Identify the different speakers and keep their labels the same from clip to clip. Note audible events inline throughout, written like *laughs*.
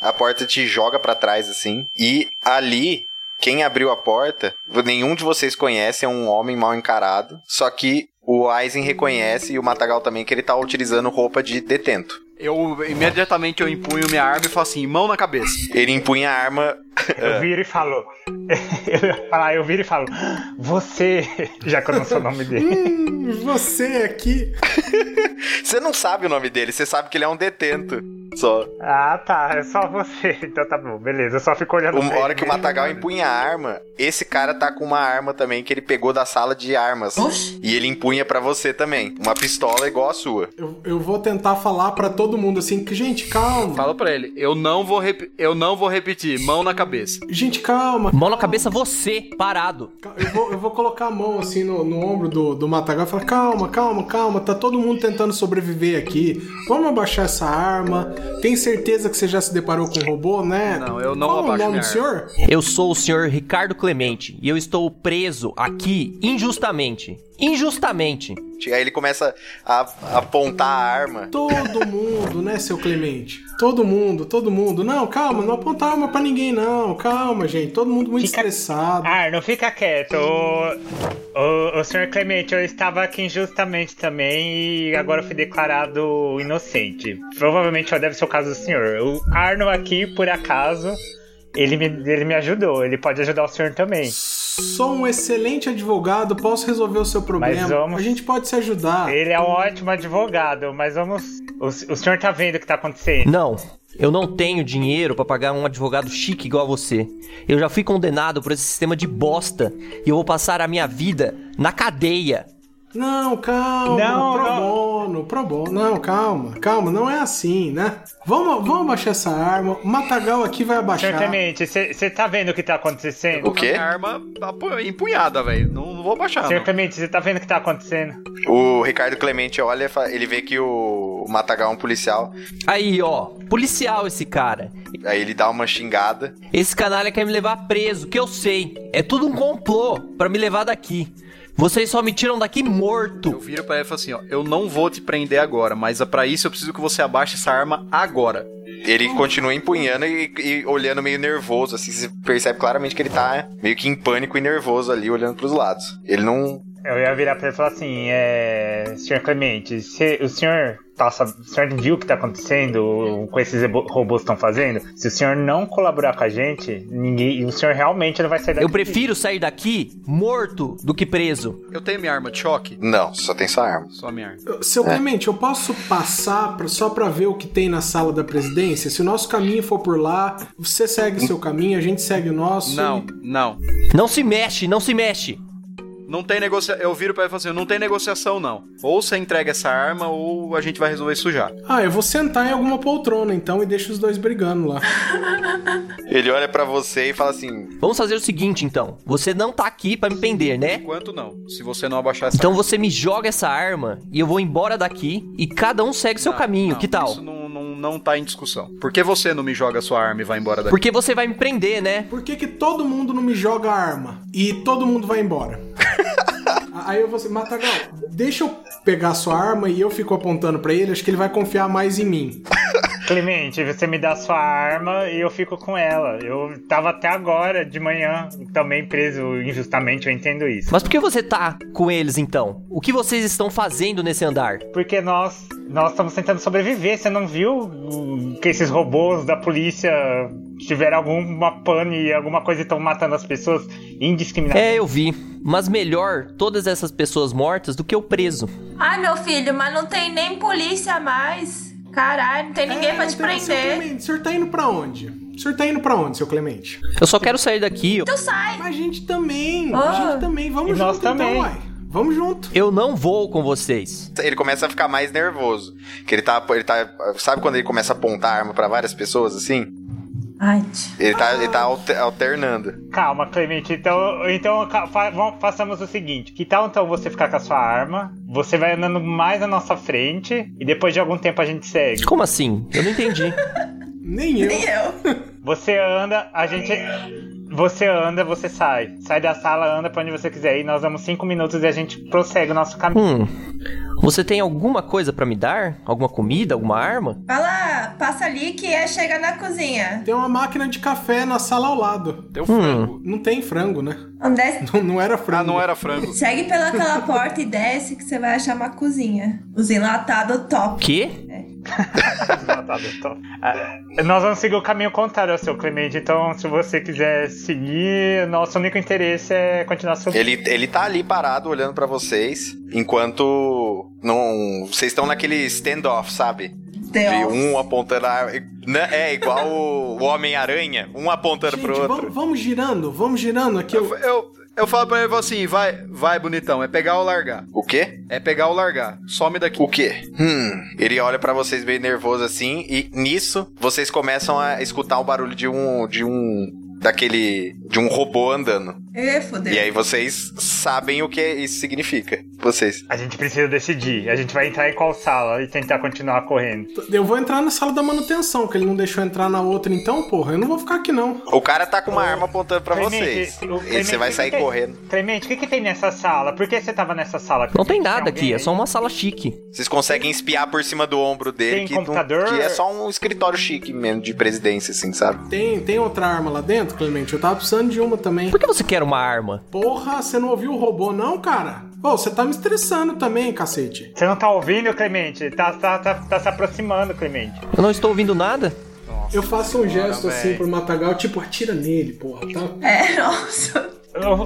Speaker 1: A porta te joga pra trás, assim. E ali, quem abriu a porta, nenhum de vocês conhece, é um homem mal encarado. Só que o Aizen reconhece e o Matagal também que ele tá utilizando roupa de detento.
Speaker 2: Eu imediatamente eu empunho minha arma e falo assim, mão na cabeça.
Speaker 1: Ele empunha a arma.
Speaker 3: Eu viro e falo. *laughs* Eu ia falar, eu viro e falo. Você. *laughs* Já que eu não sei o nome dele.
Speaker 4: Hum, você aqui.
Speaker 1: Você não sabe o nome dele, você sabe que ele é um detento. Só.
Speaker 3: Ah, tá. É só você. Então tá bom, beleza. Eu só fico olhando. pra
Speaker 1: Uma
Speaker 3: ele
Speaker 1: hora que o
Speaker 3: mesmo.
Speaker 1: Matagal empunha a arma, esse cara tá com uma arma também que ele pegou da sala de armas.
Speaker 5: Oxi.
Speaker 1: E ele empunha pra você também. Uma pistola igual a sua.
Speaker 4: Eu, eu vou tentar falar pra todo mundo assim, que gente, calma.
Speaker 2: Falo pra ele, eu não vou rep- eu não vou repetir, mão na cabeça.
Speaker 4: Gente, calma.
Speaker 6: Mão na cabeça você, parado.
Speaker 4: Cal- Eu vou, eu vou colocar a mão assim no, no ombro do, do Matagal e falar: calma, calma, calma, tá todo mundo tentando sobreviver aqui. Vamos abaixar essa arma. Tem certeza que você já se deparou com um robô, né?
Speaker 2: Não, eu não
Speaker 4: Qual é o
Speaker 2: abaixo
Speaker 4: nome
Speaker 2: minha
Speaker 4: do senhor?
Speaker 6: Eu sou o senhor Ricardo Clemente e eu estou preso aqui injustamente. Injustamente.
Speaker 1: Aí ele começa a a apontar a arma.
Speaker 4: Todo mundo, né, seu Clemente? Todo mundo, todo mundo. Não, calma, não aponta arma pra ninguém, não. Calma, gente. Todo mundo muito
Speaker 3: Fica-
Speaker 4: estressado.
Speaker 3: Ah, não fica quieto. Ô, ô, ô, senhor Clemente, eu estava aqui injustamente também e agora eu fui declarado inocente. Provavelmente já deve ser o caso do senhor. O Arno aqui, por acaso, ele me, ele me ajudou. Ele pode ajudar o senhor também.
Speaker 4: Sou um excelente advogado, posso resolver o seu problema.
Speaker 3: vamos-
Speaker 4: A gente pode se ajudar.
Speaker 3: Ele é um ótimo advogado, mas vamos. O, o senhor tá vendo o que tá acontecendo?
Speaker 6: Não, eu não tenho dinheiro pra pagar um advogado chique igual a você. Eu já fui condenado por esse sistema de bosta e eu vou passar a minha vida na cadeia.
Speaker 4: Não, calma,
Speaker 3: Não,
Speaker 4: pro
Speaker 3: não.
Speaker 4: bono, pro bono. Não, calma, calma, não é assim, né? Vamos, vamos abaixar essa arma. O Matagal aqui vai
Speaker 3: Senhor
Speaker 4: abaixar.
Speaker 3: Clemente, você tá vendo o que tá acontecendo?
Speaker 1: O quê?
Speaker 2: Minha arma apu- empunhada, velho. Não, não vou baixar.
Speaker 3: Senhor
Speaker 2: Não.
Speaker 3: Clemente, você tá vendo o que tá acontecendo?
Speaker 1: O Ricardo Clemente olha, e fa- ele vê que o Matagal é um policial.
Speaker 6: Aí, ó, policial esse cara.
Speaker 1: Aí ele dá uma xingada.
Speaker 6: Esse canalha quer me levar preso, que eu sei. É tudo um complô pra me levar daqui. Vocês só me tiram daqui
Speaker 2: Eu
Speaker 6: morto.
Speaker 2: viro pra ele e falo assim, ó, eu não vou te prender agora, mas pra isso eu preciso que você abaixe essa arma agora.
Speaker 1: Ele continua empunhando e, e olhando meio nervoso, assim. Você percebe claramente que ele tá meio que em pânico e nervoso ali, olhando pros lados. Ele não.
Speaker 3: Eu ia virar pra ele e falar assim: é. Senhor Clemente, cê- o senhor. Tá, sab- o senhor viu o que tá acontecendo com esses ebo- robôs que estão fazendo? Se o senhor não colaborar com a gente, ninguém, o senhor realmente não vai sair daqui.
Speaker 6: Eu prefiro sair daqui morto do que preso.
Speaker 2: Eu tenho minha arma de choque?
Speaker 1: Não, só tem sua arma.
Speaker 2: Só minha arma.
Speaker 4: Seu Clemente, eu posso passar pra- só pra ver o que tem na sala da presidência? Se o nosso caminho for por lá, você segue o seu caminho, a gente segue o nosso.
Speaker 2: Não, não.
Speaker 6: Não se mexe, não se mexe.
Speaker 2: Não tem negociação. Eu viro pra ele e falo assim, não tem negociação, não. Ou você entrega essa arma, ou a gente vai resolver isso já.
Speaker 4: Ah, eu vou sentar em alguma poltrona então e deixo os dois brigando lá.
Speaker 1: Ele olha pra você e fala assim:
Speaker 6: Vamos fazer o seguinte então. Você não tá aqui pra me prender, né?
Speaker 2: Enquanto não. Se você não abaixar essa
Speaker 6: Então você me joga essa arma e eu vou embora daqui e cada um segue seu
Speaker 2: Não,
Speaker 6: caminho,
Speaker 2: Ah, não,
Speaker 6: que tal?
Speaker 2: Então, Isso não, não, não tá em discussão. Por que você não me joga sua arma e vai embora daqui?
Speaker 6: Porque você vai me prender, né?
Speaker 4: Por que, que todo mundo não me joga a arma e todo mundo vai embora? A- Aí eu vou assim, Matagal, deixa eu pegar sua arma e eu fico apontando pra ele, acho que ele vai confiar mais em mim.
Speaker 3: Clemente, você me dá sua arma e eu fico com ela. Eu tava até agora de manhã também preso injustamente, eu entendo isso.
Speaker 6: Mas por que você tá com eles então? O que vocês estão fazendo nesse andar?
Speaker 3: Porque nós nós estamos tentando sobreviver. Você não viu hum, que esses robôs da polícia tiveram alguma pane, alguma coisa e estão matando as pessoas indiscriminadamente?
Speaker 6: É, eu vi. Mas melhor todas essas pessoas mortas do que eu preso.
Speaker 5: Ai, meu filho, mas não tem nem polícia mais. Caralho, não tem ninguém
Speaker 4: É,
Speaker 5: pra te
Speaker 4: então, Seu
Speaker 5: prender.
Speaker 4: Clemente, o senhor tá indo pra onde? O senhor tá indo pra onde, seu Clemente?
Speaker 6: Eu só quero sair daqui.
Speaker 5: Então sai.
Speaker 4: Mas a gente também, a
Speaker 5: Ah.
Speaker 4: gente também, vamos
Speaker 3: E
Speaker 4: junto
Speaker 3: nós também.
Speaker 4: então, uai. Vamos junto.
Speaker 6: Eu não vou com vocês.
Speaker 1: ele começa a ficar mais nervoso. Que ele tá. Ele tá sabe quando ele começa a apontar a arma pra várias pessoas assim?
Speaker 5: Ai, tia.
Speaker 1: Ele tá, ele tá alter- alternando.
Speaker 3: Calma, Clemente. Então, então ca- fa- vamos- façamos o seguinte: que tal então você ficar com a sua arma? Você vai andando mais à nossa frente e depois de algum tempo a gente segue.
Speaker 6: Como assim? Eu não entendi.
Speaker 4: Nem eu.
Speaker 5: E eu?
Speaker 3: Você anda, a gente. Você anda, você sai. Sai da sala, anda pra onde você quiser. E nós damos cinco minutos e a gente prossegue o nosso caminho.
Speaker 6: Hum. Você tem alguma coisa pra me dar? Alguma comida, alguma arma?
Speaker 5: Vai lá, passa ali que é chegar na cozinha.
Speaker 4: Tem uma máquina de café na sala ao lado.
Speaker 2: Deu frango.
Speaker 4: Não tem frango, né? *laughs*
Speaker 5: André,
Speaker 4: Não, não era frango.
Speaker 2: Ah, não era frango.
Speaker 5: segue pelaquela porta e desce que você vai achar uma cozinha. Os enlatados top.
Speaker 6: Quê?
Speaker 3: Desnotado, então. Ah, nós vamos seguir o caminho contrário ao seu, Clemente. Então, se você quiser seguir, nosso único interesse é continuar subindo.
Speaker 1: Ele, ele tá ali parado olhando pra vocês, enquanto não, vocês estão naquele standoff, sabe? De
Speaker 5: Deus.
Speaker 1: um apontando a arma. né? É igual o, o Homem-Aranha, um apontando
Speaker 4: Gente,
Speaker 1: pro outro.
Speaker 4: vamos, vamos girando, vamos girando aqui.
Speaker 2: Eu, eu, eu falo pra ele eu falo assim: vai, vai, bonitão, é pegar ou largar.
Speaker 1: O quê?
Speaker 2: É pegar ou largar. Some daqui.
Speaker 1: O quê? Hum. Ele olha pra vocês bem nervoso assim, e nisso vocês começam a escutar o barulho de um. de um. daquele. de um robô andando.
Speaker 5: É, fodeu.
Speaker 1: E aí vocês sabem o que isso significa. Vocês.
Speaker 3: A gente precisa decidir. A gente vai entrar em qual sala e tentar continuar correndo.
Speaker 4: Eu vou entrar na sala da manutenção, que ele não deixou entrar na outra, então, porra, eu não vou ficar aqui não.
Speaker 1: O cara tá com uma arma apontando pra
Speaker 3: Clemente,
Speaker 1: vocês.
Speaker 3: o
Speaker 1: E
Speaker 3: Clemente,
Speaker 1: você vai
Speaker 3: o que
Speaker 1: sair
Speaker 3: que tem-
Speaker 1: correndo.
Speaker 3: Clemente, o que, que tem nessa sala? Por que você tava nessa sala?
Speaker 6: Não tem nada
Speaker 3: alguém
Speaker 6: aqui, é
Speaker 3: aí?
Speaker 6: só uma sala chique.
Speaker 1: Vocês conseguem espiar por cima do ombro dele,
Speaker 3: Tem
Speaker 1: que, não-
Speaker 3: computador?
Speaker 1: que é só um escritório chique mesmo de presidência, assim, sabe?
Speaker 4: Tem, tem outra arma lá dentro, Clemente? Eu tava precisando de uma também.
Speaker 6: Por que você quer uma arma?
Speaker 4: Porra, você não ouviu o robô não, cara? Ô, você tá me estressando também, cacete.
Speaker 3: Você não tá ouvindo, Clemente? Tá, tá, tá, tá se aproximando, Clemente.
Speaker 6: Eu não estou ouvindo nada.
Speaker 4: Eu faço um gesto
Speaker 2: véi.
Speaker 4: assim pro Matagal, tipo, atira nele, porra, tá?
Speaker 5: É, *laughs* nossa.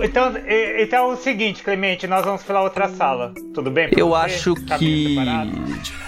Speaker 3: Então, e- então é o seguinte, Clemente, nós vamos pela outra sala. Tudo bem? pra
Speaker 6: Eu
Speaker 3: você?
Speaker 6: acho
Speaker 3: Tá bem
Speaker 6: que.
Speaker 3: preparado?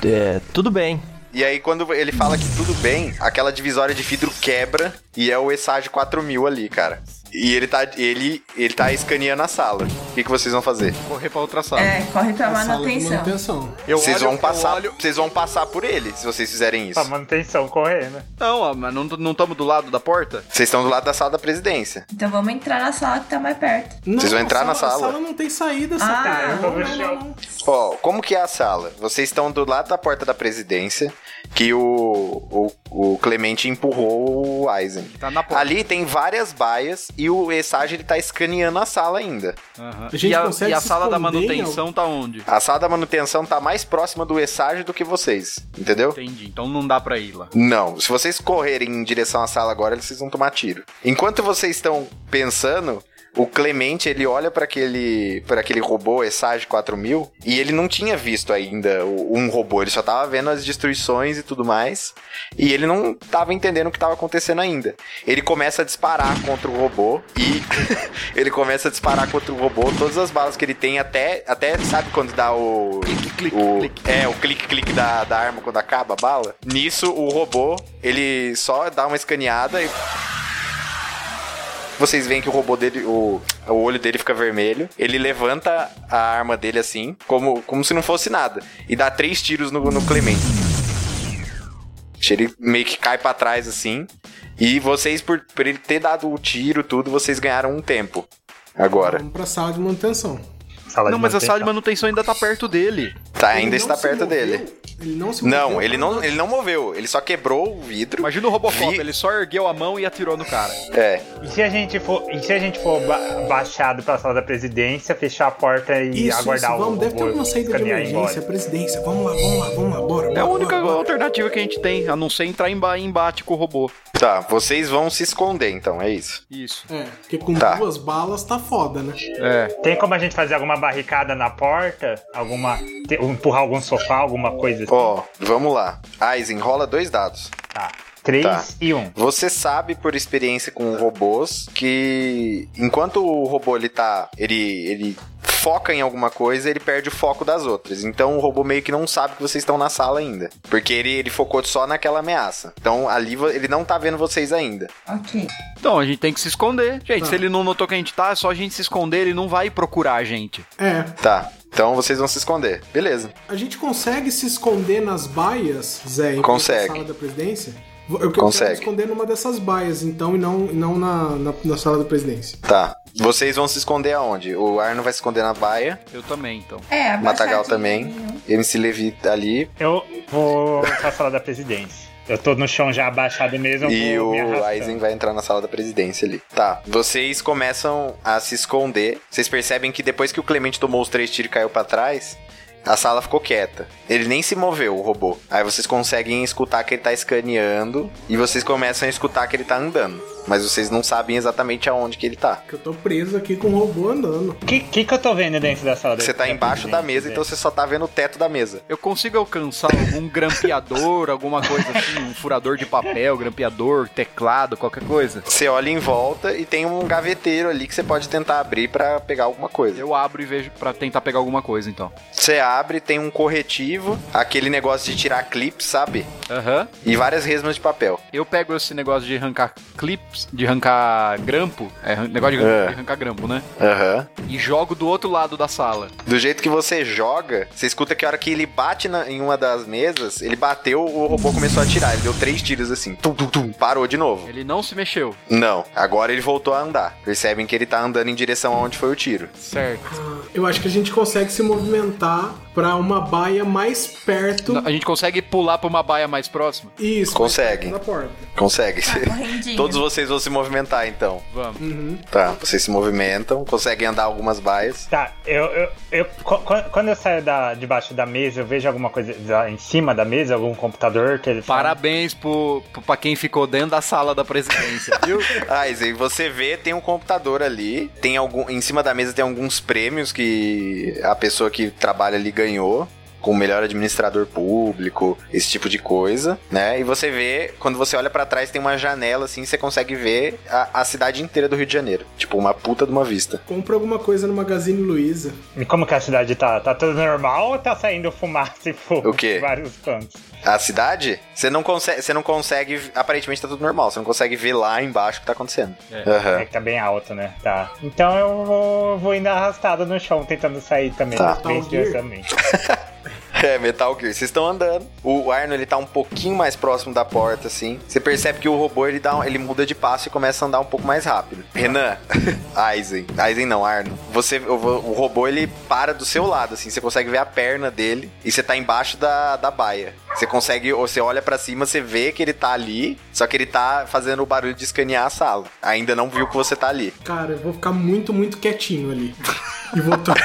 Speaker 6: É, tudo bem.
Speaker 1: E aí, quando ele fala que tudo bem, aquela divisória de vidro quebra e é o Essage 4000 ali, cara. E ele tá, ele, ele tá escaneando a sala. O que, que vocês vão fazer?
Speaker 2: Correr pra outra sala.
Speaker 5: É, corre pra
Speaker 4: A sala de
Speaker 5: manutenção.
Speaker 4: manutenção.
Speaker 2: Eu
Speaker 1: Vocês
Speaker 2: olho-
Speaker 1: vão
Speaker 2: eu
Speaker 1: passar,
Speaker 2: olho- Ah,
Speaker 1: vocês vão passar por ele, se vocês fizerem isso.
Speaker 3: Pra manutenção, Tá, correndo.
Speaker 2: Não, ó, mas não não estamos do lado da porta?
Speaker 1: Vocês estão do lado da sala da presidência.
Speaker 5: Então vamos entrar na sala que tá mais perto.
Speaker 4: Não,
Speaker 1: Vocês vão entrar
Speaker 4: a
Speaker 1: na
Speaker 4: A
Speaker 1: sala.
Speaker 4: sala não tem saída, essa
Speaker 5: Ah,
Speaker 4: porra.
Speaker 3: eu tô no chão.
Speaker 1: Ó, como que é a sala? Vocês estão do lado da porta da presidência, que o, o, o Clemente empurrou o Eisen.
Speaker 2: Tá na porta.
Speaker 1: Ali tem várias baias e o Essage ele tá escaneando a sala ainda.
Speaker 2: Aham.
Speaker 4: A gente
Speaker 2: e a,
Speaker 4: consegue
Speaker 2: e a
Speaker 4: se
Speaker 2: sala da
Speaker 4: esconder em
Speaker 2: manutenção tá onde?
Speaker 1: A sala da manutenção tá mais próxima do Essage do que vocês, entendeu?
Speaker 2: Entendi. Então não dá pra ir lá.
Speaker 1: Não, se vocês correrem em direção à sala agora, eles vão tomar tiro. Enquanto vocês estão pensando, o Clemente ele olha para aquele para aquele robô Essage 4000 e ele não tinha visto ainda o- um robô, ele só tava vendo as destruições e tudo mais, e ele não tava entendendo o que tava acontecendo ainda. Ele começa a disparar contra o robô e *laughs* ele começa a disparar contra o robô todas as balas que ele tem até até sabe quando dá o
Speaker 2: Clique, clique,
Speaker 1: o-
Speaker 2: clique.
Speaker 1: É, o clique-clique da, da arma quando acaba a bala. Nisso, o robô, ele só dá uma escaneada e. Vocês veem que o robô dele, o, o olho dele fica vermelho. Ele levanta a arma dele assim, como, como se não fosse nada. E dá três tiros no, no Clemente. Ele meio que cai pra trás assim. E vocês, por, por ele ter dado o tiro, tudo, vocês ganharam um tempo. Agora.
Speaker 4: Vamos pra sala de manutenção.
Speaker 3: Sala
Speaker 2: Não, mas a sala de
Speaker 3: manutenção.
Speaker 2: manutenção ainda tá perto dele.
Speaker 1: Tá,
Speaker 4: Ele
Speaker 1: ainda
Speaker 4: não
Speaker 1: está
Speaker 4: se
Speaker 1: perto
Speaker 4: moveu,
Speaker 1: dele.
Speaker 4: Ele não se
Speaker 1: Não,
Speaker 4: moveu.
Speaker 1: ele não, ele não moveu. Ele só quebrou o vidro.
Speaker 2: Imagina o Robocop,
Speaker 1: Vi-
Speaker 2: ele só ergueu a mão e atirou no cara.
Speaker 1: É.
Speaker 3: E se a gente for, e se a gente for ba baixado pra sala da presidência, fechar a porta e
Speaker 4: Isso,
Speaker 3: aguardar
Speaker 4: isso,
Speaker 3: o
Speaker 4: vamos, deve ter
Speaker 3: robô
Speaker 4: alguma saída de
Speaker 3: escanear e ir embora?
Speaker 4: emergência, presidência. Vamos lá, vamos lá, vamos lá, bora.
Speaker 2: É a
Speaker 4: bora,
Speaker 2: única
Speaker 4: bora, bora.
Speaker 2: alternativa que a gente tem, a não ser entrar em, ba- em embate com o robô.
Speaker 1: Tá, vocês vão se esconder então, é isso.
Speaker 2: Isso.
Speaker 4: É, porque com
Speaker 1: Tá.
Speaker 4: duas balas tá foda, né?
Speaker 2: É.
Speaker 3: Tem como a gente fazer alguma barricada na porta? Alguma. te- um, empurrar algum sofá, alguma coisa assim?
Speaker 1: Ó, vamos lá. Aizen, rola dois dados.
Speaker 3: Tá. 3
Speaker 1: Tá.
Speaker 3: e 1. Um.
Speaker 1: Você sabe por experiência com robôs que enquanto o robô ele tá, ele ele foca em alguma coisa, ele perde o foco das outras. Então o robô meio que não sabe que vocês estão na sala ainda, porque ele ele focou só naquela ameaça. Então ali vo- ele não tá vendo vocês ainda.
Speaker 5: Ok.
Speaker 2: Então a gente tem que se esconder. Gente,
Speaker 4: Tá.
Speaker 2: se ele não notou que a gente tá, é só a gente se esconder, ele não vai procurar a gente.
Speaker 4: É,
Speaker 1: Tá. Então vocês vão se esconder. Beleza.
Speaker 4: a gente consegue se esconder nas baias, Zé? e
Speaker 1: Consegue.
Speaker 4: Na sala da presidência? é Eu- Eu quero
Speaker 1: Consegue.
Speaker 4: me esconder numa dessas baias, então, e não, e não na, na, na sala da presidência.
Speaker 1: Tá. Vocês vão se esconder aonde? O Arno vai se esconder na baia,
Speaker 2: Eu também, então.
Speaker 5: É, abaixadinho.
Speaker 1: Matagal também, MC Levi ali,
Speaker 3: Eu vou pra sala da presidência. Eu tô no chão já abaixado mesmo.
Speaker 1: E
Speaker 3: vou me
Speaker 1: o
Speaker 3: arrastando.
Speaker 1: Aizen vai entrar na sala da presidência ali. Tá. Vocês começam a se esconder. Vocês percebem que depois que o Clemente tomou os três tiros e caiu pra trás, a sala ficou quieta. Ele nem se moveu, o robô. Aí vocês conseguem escutar que ele tá escaneando e vocês começam a escutar que ele tá andando. Mas vocês não sabem exatamente aonde que ele tá.
Speaker 4: Que eu tô preso aqui com o robô andando.
Speaker 3: O que, que que eu tô vendo dentro da sala?
Speaker 1: Você tá embaixo da mesa,
Speaker 3: né?
Speaker 1: então você só tá vendo o teto da mesa.
Speaker 2: Eu consigo alcançar algum grampeador, alguma coisa assim, um furador de papel, grampeador, teclado, qualquer coisa?
Speaker 1: Você olha em volta e tem um gaveteiro ali que você pode tentar abrir pra pegar alguma coisa.
Speaker 2: Eu abro e vejo pra tentar pegar alguma coisa, então.
Speaker 1: Você abre, tem um corretivo, aquele negócio de tirar clipe, sabe?
Speaker 2: Aham.
Speaker 1: E várias resmas de papel.
Speaker 2: Eu pego esse negócio de arrancar clips, de arrancar grampo, é arran- negócio de, grampo,
Speaker 1: É.
Speaker 2: de arrancar grampo, né?
Speaker 1: Aham.
Speaker 2: E jogo do outro lado da sala.
Speaker 1: Do jeito que você joga, você escuta que a hora que ele bate na- em uma das mesas, ele bateu, o robô começou a atirar. Ele deu três tiros assim. Tum, tum, tum. Parou de novo.
Speaker 2: Ele não se mexeu.
Speaker 1: Não. Agora ele voltou a andar. Percebem que ele tá andando em direção aonde foi o tiro.
Speaker 2: Certo.
Speaker 4: Eu acho que a gente consegue se movimentar pra uma baia mais perto.
Speaker 2: A gente consegue pular pra uma baia mais próxima?
Speaker 4: Isso.
Speaker 1: Consegue.
Speaker 4: Na porta.
Speaker 1: Consegue. *laughs*
Speaker 5: Correndinho.
Speaker 1: Todos vocês vão se movimentar então.
Speaker 2: Vamos.
Speaker 1: Tá. Vocês se movimentam, conseguem andar algumas baias.
Speaker 3: Tá, eu, eu, eu- qu- qu- quando eu saio da, debaixo da mesa, eu vejo alguma coisa lá em cima da mesa, algum computador, telefone.
Speaker 2: Parabéns pro, pro- pra quem ficou dentro da sala da presidência, *laughs* viu?
Speaker 1: Ah, e você vê, tem um computador ali, tem algum, em cima da mesa tem alguns prêmios que a pessoa que trabalha ali ganhou, com o melhor administrador público, esse tipo de coisa, né? E você vê, quando você olha pra trás, tem uma janela assim, você consegue ver a, a cidade inteira do Rio de Janeiro, tipo uma puta de uma vista.
Speaker 4: Compra alguma coisa no Magazine Luiza.
Speaker 3: E como que a cidade tá? Tá tudo normal ou tá saindo fumaça e fogo?
Speaker 1: O quê?
Speaker 3: de Vários cantos.
Speaker 1: A cidade, você não consegue, você não consegue, aparentemente tá tudo normal, você não consegue ver lá embaixo o que tá acontecendo. Aham.
Speaker 3: É que tá bem alto, né? Tá. Então eu vou, vou indo arrastado no chão, tentando sair também.
Speaker 1: Tá.
Speaker 3: Bem ansiosamente.
Speaker 1: *laughs* É, Metal Gear. Vocês estão andando. O Arno, ele tá um pouquinho mais próximo da porta, assim. Você percebe que o robô, ele, dá um- ele muda de passo e começa a andar um pouco mais rápido. Renan, *laughs* Aizen. Aizen não, Arno. Você, o, o robô, ele para do seu lado, assim. Você consegue ver a perna dele e você tá embaixo da, da baia. Você consegue, ou você olha pra cima, você vê que ele tá ali, só que ele tá fazendo o barulho de escanear a sala. Ainda não viu que você tá ali.
Speaker 4: Cara, eu vou ficar muito, muito quietinho ali. *laughs* E vou, tor-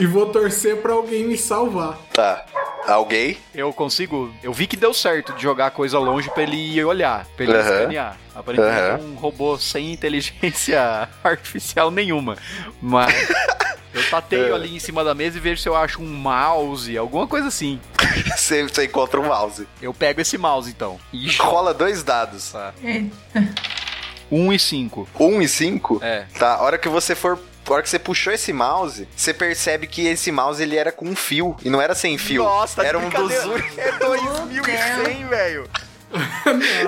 Speaker 4: e vou torcer pra alguém me salvar.
Speaker 1: Tá. Alguém? *laughs*
Speaker 2: Eu consigo. Eu vi que deu certo de jogar a coisa longe pra ele ir olhar, pra ele
Speaker 1: Aham.
Speaker 2: escanear. Aparentemente é um robô sem inteligência *laughs* artificial nenhuma.
Speaker 1: *laughs*
Speaker 2: Mas. Eu
Speaker 1: É.
Speaker 2: tateio ali em cima da mesa e vejo se eu acho um mouse, alguma coisa assim.
Speaker 1: Você, você encontra um mouse.
Speaker 2: Eu pego esse mouse então. E jogo.
Speaker 1: Rola dois dados.
Speaker 2: Um e cinco.
Speaker 1: Um e cinco?
Speaker 2: É.
Speaker 1: Tá, a hora que você for. A hora que você puxou esse mouse, você percebe que esse mouse ele era com um fio e não era sem fio.
Speaker 2: Nossa, tá
Speaker 1: era
Speaker 2: de
Speaker 1: um dos
Speaker 2: brincadeira.
Speaker 1: últimos. É 2100, velho.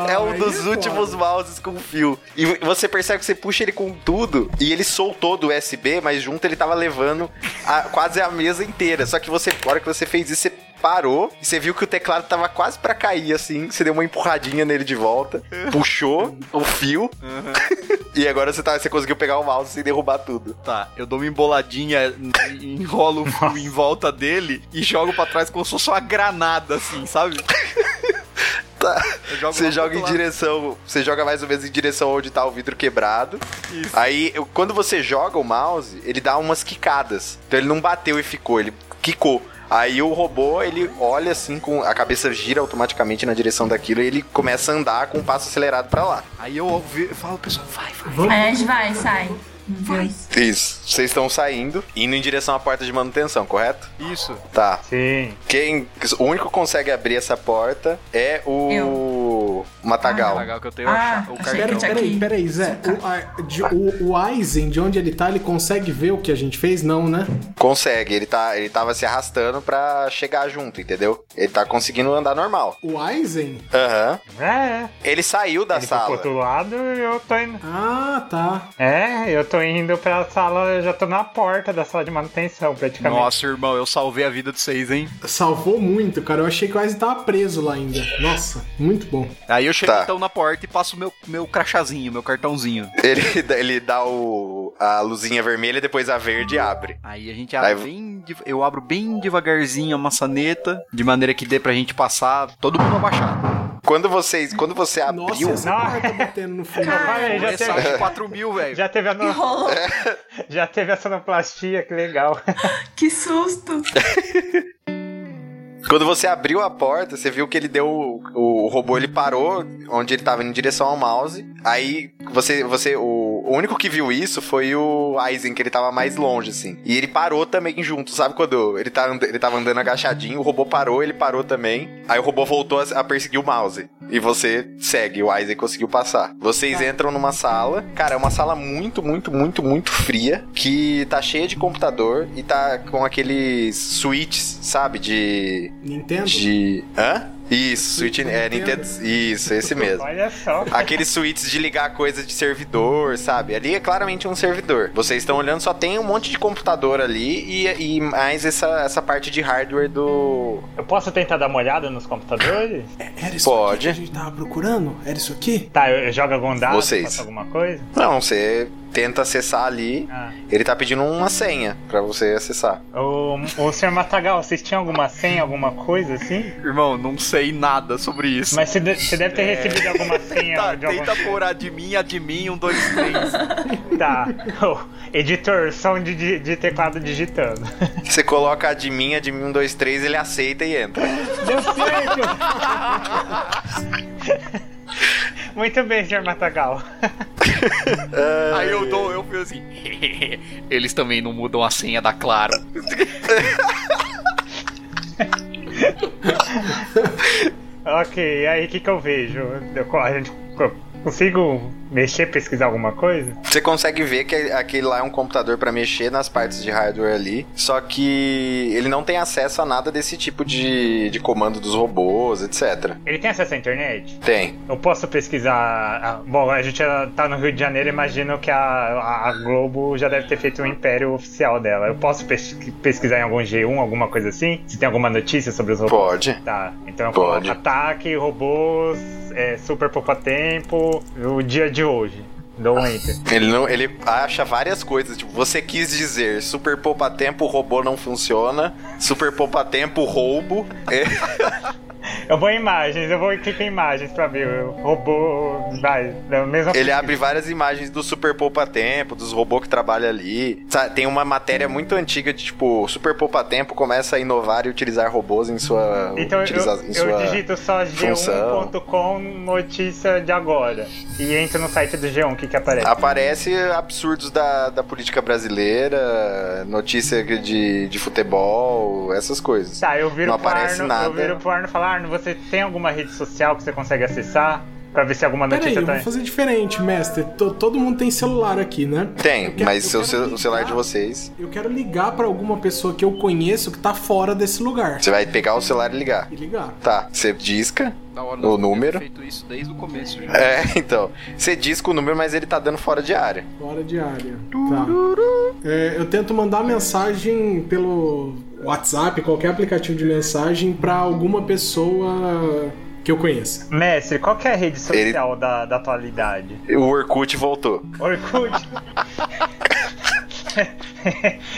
Speaker 1: É um
Speaker 4: Aí
Speaker 1: dos
Speaker 4: foda.
Speaker 1: últimos mouses com fio. E você percebe que você puxa ele com tudo e ele soltou do USB, mas junto ele tava levando a- quase a mesa inteira. Só que você, a hora que você fez isso, você parou e você viu que o teclado tava quase pra cair assim. Você deu uma empurradinha nele de volta, puxou o fio *laughs* e agora você, tá, você conseguiu pegar o mouse sem derrubar tudo.
Speaker 2: Tá, eu dou uma emboladinha, en- enrolo o fio em volta dele e jogo pra trás como se fosse uma granada, assim, sabe?
Speaker 1: *laughs* Tá.
Speaker 2: Eu jogo lá
Speaker 1: Você
Speaker 2: pro
Speaker 1: joga em
Speaker 2: outro lado.
Speaker 1: direção. Você joga mais ou menos em direção onde tá o vidro quebrado.
Speaker 2: Isso.
Speaker 1: Aí, eu- quando você joga o mouse, ele dá umas quicadas. Então ele não bateu e ficou, ele quicou. Aí o robô, ele olha assim, com a cabeça gira automaticamente na direção daquilo e ele começa a andar com um passo acelerado pra lá.
Speaker 2: Aí eu ouvi, eu falo, pessoal, vai, vai.
Speaker 5: Aí a gente vai, sai. Vai.
Speaker 1: Isso. Vocês estão saindo, indo em direção à porta de manutenção, correto?
Speaker 2: Isso.
Speaker 1: Tá.
Speaker 3: Sim.
Speaker 1: Quem. O único que consegue abrir essa porta é o. Matagal.
Speaker 2: Legal que eu tenho
Speaker 5: Ah,
Speaker 2: a cha- o
Speaker 5: achei
Speaker 4: Peraí,
Speaker 2: cartão.
Speaker 5: Gente, que-
Speaker 4: peraí,
Speaker 5: aqui.
Speaker 4: peraí, Zé. O, a- de- o, o Aizen, de onde ele tá, ele consegue ver o que a gente fez? Não, né?
Speaker 1: Consegue, ele, tá, ele tava se arrastando pra chegar junto, entendeu? Ele tá conseguindo andar normal.
Speaker 4: O Aizen?
Speaker 1: Aham.
Speaker 3: É, é.
Speaker 1: Ele saiu da
Speaker 3: Ele foi pro
Speaker 1: sala.
Speaker 3: outro lado e eu tô indo.
Speaker 4: Ah, tá.
Speaker 3: É, eu tô indo pra sala, eu já tô na porta da sala de manutenção, praticamente.
Speaker 2: Nossa, irmão, eu salvei a vida de vocês, hein?
Speaker 4: Salvou muito, cara. Eu achei que o Aizen tava preso lá ainda. Nossa, muito bom.
Speaker 2: Aí eu chego
Speaker 1: Tá.
Speaker 2: então na porta e passo meu, meu crachazinho, meu cartãozinho.
Speaker 1: Ele, *laughs* dá- ele dá o, a luzinha vermelha, depois a verde e abre.
Speaker 2: Aí a gente abre
Speaker 1: Aí-
Speaker 2: bem. de- Eu abro bem devagarzinho a maçaneta, de maneira que dê pra gente passar todo mundo abaixado.
Speaker 1: Quando vocês, quando você abriu,
Speaker 4: Nossa, essa porra tá batendo no fundo.
Speaker 3: Olha, Ah, já,
Speaker 2: Essa
Speaker 3: teve,
Speaker 2: de 4
Speaker 3: *laughs*
Speaker 2: mil, velho.
Speaker 3: já, teve a no-
Speaker 5: Enrolou.
Speaker 1: É.
Speaker 3: já teve a sonoplastia, que legal.
Speaker 5: Que susto.
Speaker 1: quando você abriu a porta, você viu que ele deu o, o robô ele parou onde ele tava indo em direção ao mouse. Aí você você o, o único que viu isso foi o Aizen, que ele tava mais longe assim. E ele parou também junto, sabe quando ele tá and- ele tava andando agachadinho, o robô parou, ele parou também. Aí o robô voltou a, a perseguir o mouse. E você segue, o Aizen conseguiu passar. Vocês entram numa sala. Cara, é uma sala muito, muito, muito, muito fria. Que tá cheia de computador e tá com aqueles switches, sabe? De.
Speaker 4: Nintendo?
Speaker 1: De. Hã? Isso, Switch. É, Nintendo. Isso, esse mesmo.
Speaker 3: Olha só.
Speaker 1: Aqueles switches de ligar coisa de servidor, sabe? Ali é claramente um servidor. Vocês estão olhando, só tem um monte de computador ali e, e mais essa, essa parte de hardware do.
Speaker 3: Eu posso tentar dar uma olhada nos computadores?
Speaker 4: É, Era isso aqui
Speaker 1: Pode.
Speaker 4: que a gente tava procurando? Era isso aqui?
Speaker 3: Tá, eu, eu jogo algum dado,
Speaker 1: Vocês.
Speaker 3: faço alguma coisa?
Speaker 1: Não, você tenta acessar ali.
Speaker 3: Ah.
Speaker 1: Ele tá pedindo uma senha pra você acessar.
Speaker 3: O, o senhor Matagal, vocês tinham alguma senha, alguma coisa assim?
Speaker 2: Irmão, não sei nada sobre isso.
Speaker 3: Mas você, de- você deve ter recebido alguma senha
Speaker 2: É. *laughs* Tá,
Speaker 3: de algum...
Speaker 2: tenta pôr admin, admin, um, dois,
Speaker 1: *laughs*
Speaker 2: três.
Speaker 3: Tá. Ô, editor, som de, de, de teclado digitando.
Speaker 1: Você coloca admin, admin 123, ele aceita e entra.
Speaker 3: Deu certo! *laughs* Muito bem, senhor Matagal.
Speaker 2: Aí eu dou, eu fico assim. *laughs* Eles também não mudam a senha da Claro.
Speaker 3: Ok, aí o que, que eu vejo? Eu, co- a gente, co- consigo mexer, pesquisar alguma coisa?
Speaker 1: Você consegue ver que aquele lá é um computador pra mexer nas partes de hardware ali, só que ele não tem acesso a nada desse tipo de, de comando dos robôs, etc.
Speaker 3: Ele tem acesso à internet?
Speaker 1: Tem.
Speaker 3: Eu posso pesquisar. ah, Bom, a gente ah, tá no Rio de Janeiro, imagino que a, a- a Globo já deve ter feito um império oficial dela. Eu posso pes- pesquisar em algum G1, alguma coisa assim? Se tem alguma notícia sobre os robôs?
Speaker 1: Pode.
Speaker 3: Tá, então eu
Speaker 1: Pode.
Speaker 3: coloco ataque, robôs, é, super poupa tempo, o dia de hoje. Dou um enter.
Speaker 1: *laughs* Ele, não, ele acha várias coisas, tipo, você quis dizer super poupa tempo, robô não funciona, super poupa tempo, roubo. *laughs* É,
Speaker 3: Eu vou em imagens, eu vou clicar em imagens pra ver. o Robô. Vai, da mesma
Speaker 1: ele abre várias imagens do super poupa tempo, dos robôs que trabalham ali. Sa- Tem uma matéria muito antiga de tipo, super poupa tempo começa a inovar e utilizar robôs em sua
Speaker 3: Então eu,
Speaker 1: utiliza- em
Speaker 3: eu
Speaker 1: sua-
Speaker 3: digito só
Speaker 1: função.
Speaker 3: g1.com notícia de agora. E entro no site do G1, o que, que aparece?
Speaker 1: Ah, Aparece absurdos da, da política brasileira, notícia de, de futebol, essas coisas.
Speaker 3: Tá, eu viro
Speaker 1: Não
Speaker 3: pro
Speaker 1: aparece
Speaker 3: Arno, eu
Speaker 1: nada.
Speaker 3: viro pro Arno e falo, Arno, você tem alguma rede social que você consegue acessar? Pra ver se alguma
Speaker 4: Peraí,
Speaker 3: notícia
Speaker 4: eu
Speaker 3: tá.
Speaker 4: vou fazer diferente, mestre. To- todo mundo tem celular aqui, né?
Speaker 1: Tem,
Speaker 4: Eu quero-
Speaker 1: mas seu,
Speaker 4: eu quero
Speaker 1: cel-
Speaker 4: ligar.
Speaker 1: o celular de vocês,
Speaker 4: Eu quero ligar pra alguma pessoa que eu conheço que tá fora desse lugar.
Speaker 1: você vai pegar o celular e ligar.
Speaker 4: E ligar.
Speaker 1: Tá, você disca.
Speaker 2: Da hora,
Speaker 1: O número?
Speaker 2: Feito isso desde o começo já.
Speaker 1: É, então. Você disca o número, mas ele tá dando fora de área.
Speaker 4: Fora de área. Tá. É, eu tento mandar mensagem pelo WhatsApp, qualquer aplicativo de mensagem, pra alguma pessoa que eu conheça.
Speaker 3: Mestre, qual que é a rede
Speaker 1: Ele-
Speaker 3: social da, da atualidade?
Speaker 1: O Orkut voltou.
Speaker 3: Orkut. *laughs*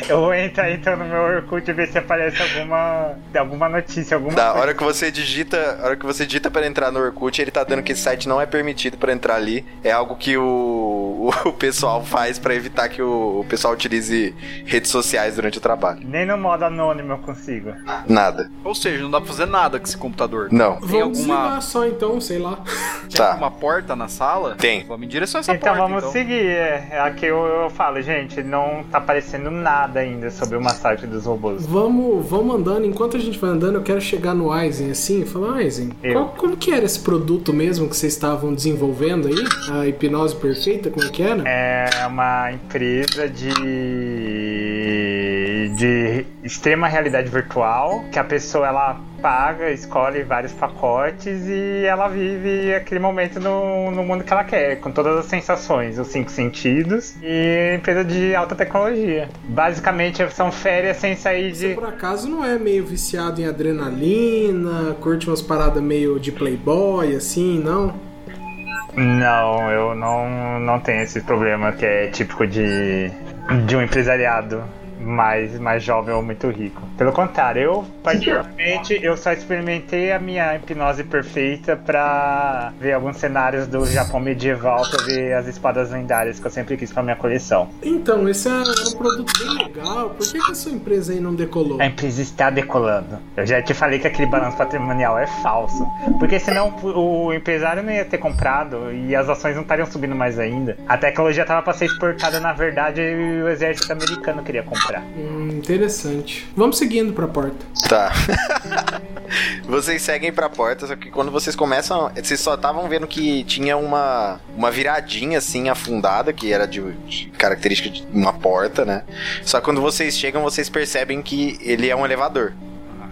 Speaker 3: eu vou entrar então no meu Orkut e ver se aparece alguma, alguma notícia, alguma
Speaker 1: Da
Speaker 3: coisa.
Speaker 1: hora que você digita, a hora que você digita para entrar no Orkut, ele tá dando que esse site não é permitido pra entrar ali. É algo que o, *laughs* o pessoal faz pra evitar que o, o pessoal utilize redes sociais durante o trabalho.
Speaker 3: Nem no modo anônimo eu consigo.
Speaker 1: Nada.
Speaker 2: Ou seja, não dá pra fazer nada com esse computador.
Speaker 1: Não.
Speaker 4: Vamos
Speaker 2: alguma-
Speaker 4: desligar só então, sei lá.
Speaker 2: Tem
Speaker 1: Tá.
Speaker 2: uma porta na sala?
Speaker 1: Tem.
Speaker 2: Vamos em direção a essa
Speaker 3: Então
Speaker 2: porta.
Speaker 3: vamos seguir. É, é aqui eu, eu falo, gente, não tá aparecendo nada ainda sobre o massacre dos robôs.
Speaker 4: Vamos, vamos andando. Enquanto a gente vai andando, eu quero chegar no Aizen assim e falar, Aizen,
Speaker 3: Eu.
Speaker 4: qual- como que era esse produto mesmo que vocês estavam desenvolvendo aí? A hipnose perfeita, como é que era?
Speaker 3: É uma empresa de de extrema realidade virtual, que a pessoa ela paga, escolhe vários pacotes e ela vive aquele momento no, no mundo que ela quer, com todas as sensações, os cinco sentidos e é empresa de alta tecnologia. Basicamente são férias sem sair
Speaker 4: Você
Speaker 3: de
Speaker 4: por acaso não é meio viciado em adrenalina, curte umas paradas meio de playboy, assim, não?
Speaker 3: Não, eu não, não tenho esse problema que é típico de, de um empresariado mais, mais jovem ou muito rico. Pelo contrário, eu, particularmente, eu só experimentei a minha hipnose perfeita pra ver alguns cenários do Japão medieval, pra ver as espadas lendárias que eu sempre quis pra minha coleção.
Speaker 4: Então, esse é um produto bem legal. Por que, que a sua empresa aí não decolou?
Speaker 3: A empresa está decolando. Eu já te falei que aquele balanço patrimonial é falso. Porque senão o empresário não ia ter comprado e as ações não estariam subindo mais ainda. A tecnologia estava para ser exportada, na verdade, e o exército americano queria comprar.
Speaker 4: Hum, interessante. Vamos seguindo pra porta.
Speaker 1: Tá. *laughs* vocês seguem pra porta, só que quando vocês começam. Vocês só estavam vendo que tinha uma, uma viradinha assim afundada, que era de, de característica de uma porta, né? Só que quando vocês chegam, vocês percebem que ele é um elevador.